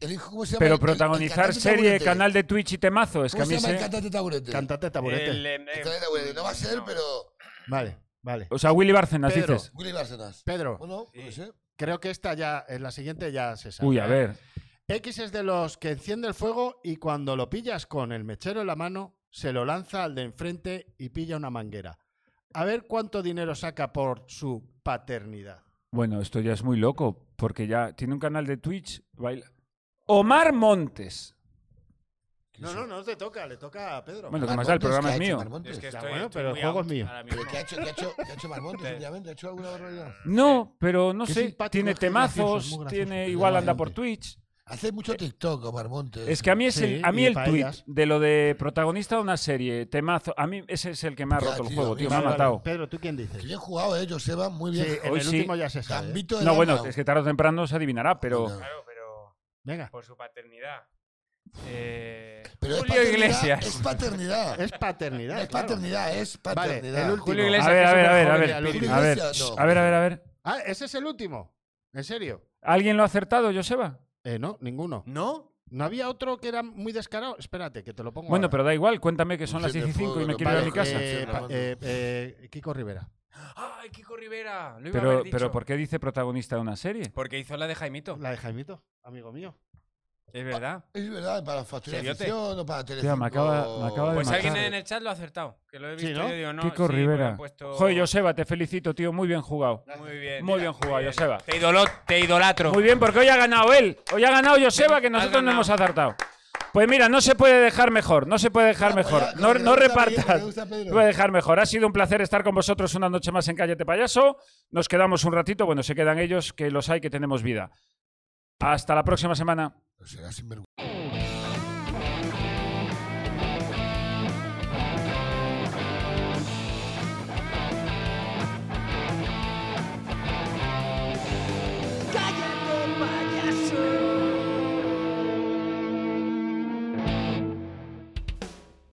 El hijo, ¿cómo se llama? El- Pero el- el protagonizar cantante serie, Taburete. canal eh? de Twitch y temazo, es que ¿Cómo a se mí llama el se. cantante Taburete? Cantate taburete. el, eh, El cantante Taburete. No va a ser, no. pero. Vale, vale. O sea, Willy Bárcenas Pedro. dices. Willy Bárcenas. Pedro, ¿O no? Sí. No sé. creo que esta ya, en la siguiente ya se sabe. Uy, a ver. X es de los que enciende el fuego y cuando lo pillas con el mechero en la mano, se lo lanza al de enfrente y pilla una manguera. A ver cuánto dinero saca por su paternidad. Bueno, esto ya es muy loco, porque ya tiene un canal de Twitch. Baila. Omar Montes. No, no, no te toca, le toca a Pedro. Bueno, Lo que Marmontes, más da, el programa es ¿qué ha hecho mío. Marmontes? Es que Ya, estoy, bueno, estoy pero el muy juego out es mío. ahora mismo. ¿Pero qué ha hecho, qué ha hecho, qué ha *laughs* hecho Marmontes últimamente? ¿Ha hecho alguna barbaridad? No, pero no Qué sé, simpático, tiene es que es gracioso, temazos, es muy gracioso. tiene Es igual anda gracioso. por Twitch. Hace Eh. mucho TikTok o Marmontes. Es que a mí es Sí, el, a mí y el tweet paellas. de lo de protagonista de una serie, temazo, a mí ese es el que me ha Ya, roto el tío, juego, a mí tío, me me ha Vale, vale. matado. Pedro, ¿tú quién dices? Que bien jugado, eh, Joseba, muy Sí, bien. en Hoy el sí. último ya se sabe. ¿eh? Gambito de No, dama. bueno, es que tarde o temprano se adivinará, pero Bueno. Claro, pero Venga. por su paternidad. Eh, Pero es Julio paternidad, Iglesias. Es *laughs* paternidad. Es No paternidad. es claro. paternidad, es Vale, paternidad. el último. Julio a Iglesias ver, es a ver, a superjoven ver, y a al ver, último. a ver, Iglesias, shh, no. a ver, a ver, a ver. Ah, ese es el último. ¿En serio? ¿Alguien lo ha acertado, Joseba? Eh, no, ninguno. ¿No? ¿No había otro que era muy descarado? Espérate, que te lo pongo. Bueno, ahora. pero da igual, cuéntame que son Sí, las te 15 y cinco y puedo, me lo quiero ir a mi parezco. casa. Eh, Sí, pa- Armando. eh, eh, Kiko Rivera. ¡Ay, Kiko Rivera! Lo iba a Pero, haber dicho. pero ¿por qué dice protagonista de una serie? Porque hizo la de Jaimito. La de Jaimito, amigo mío. Es verdad. Es verdad, para facturar Seriote. ficción o para Tío, Telecinco. me acaba- me acaba de Pues matar. alguien en el chat lo ha acertado. Que lo he Sí, visto ¿no? y yo digo, no. Kiko sí, porque Rivera. han puesto- Joder, Joseba, te felicito, tío, muy bien jugado. Muy bien. Muy bien jugado, Joseba. Te, idolo- te idolatro. Muy bien, porque hoy ha ganado él. Hoy ha ganado Joseba, que Has nosotros no ganado. hemos acertado. Pues mira, no se puede dejar mejor, no se puede dejar Vamos mejor. allá, No, que me no gusta repartas. Pedro, me gusta Pedro. No puede dejar mejor. Ha sido un placer estar con vosotros una noche más en Cállate Payaso. Nos quedamos un ratito. Bueno, se quedan ellos, que los hay, que tenemos vida. Hasta la próxima semana. Será sinvergüenza.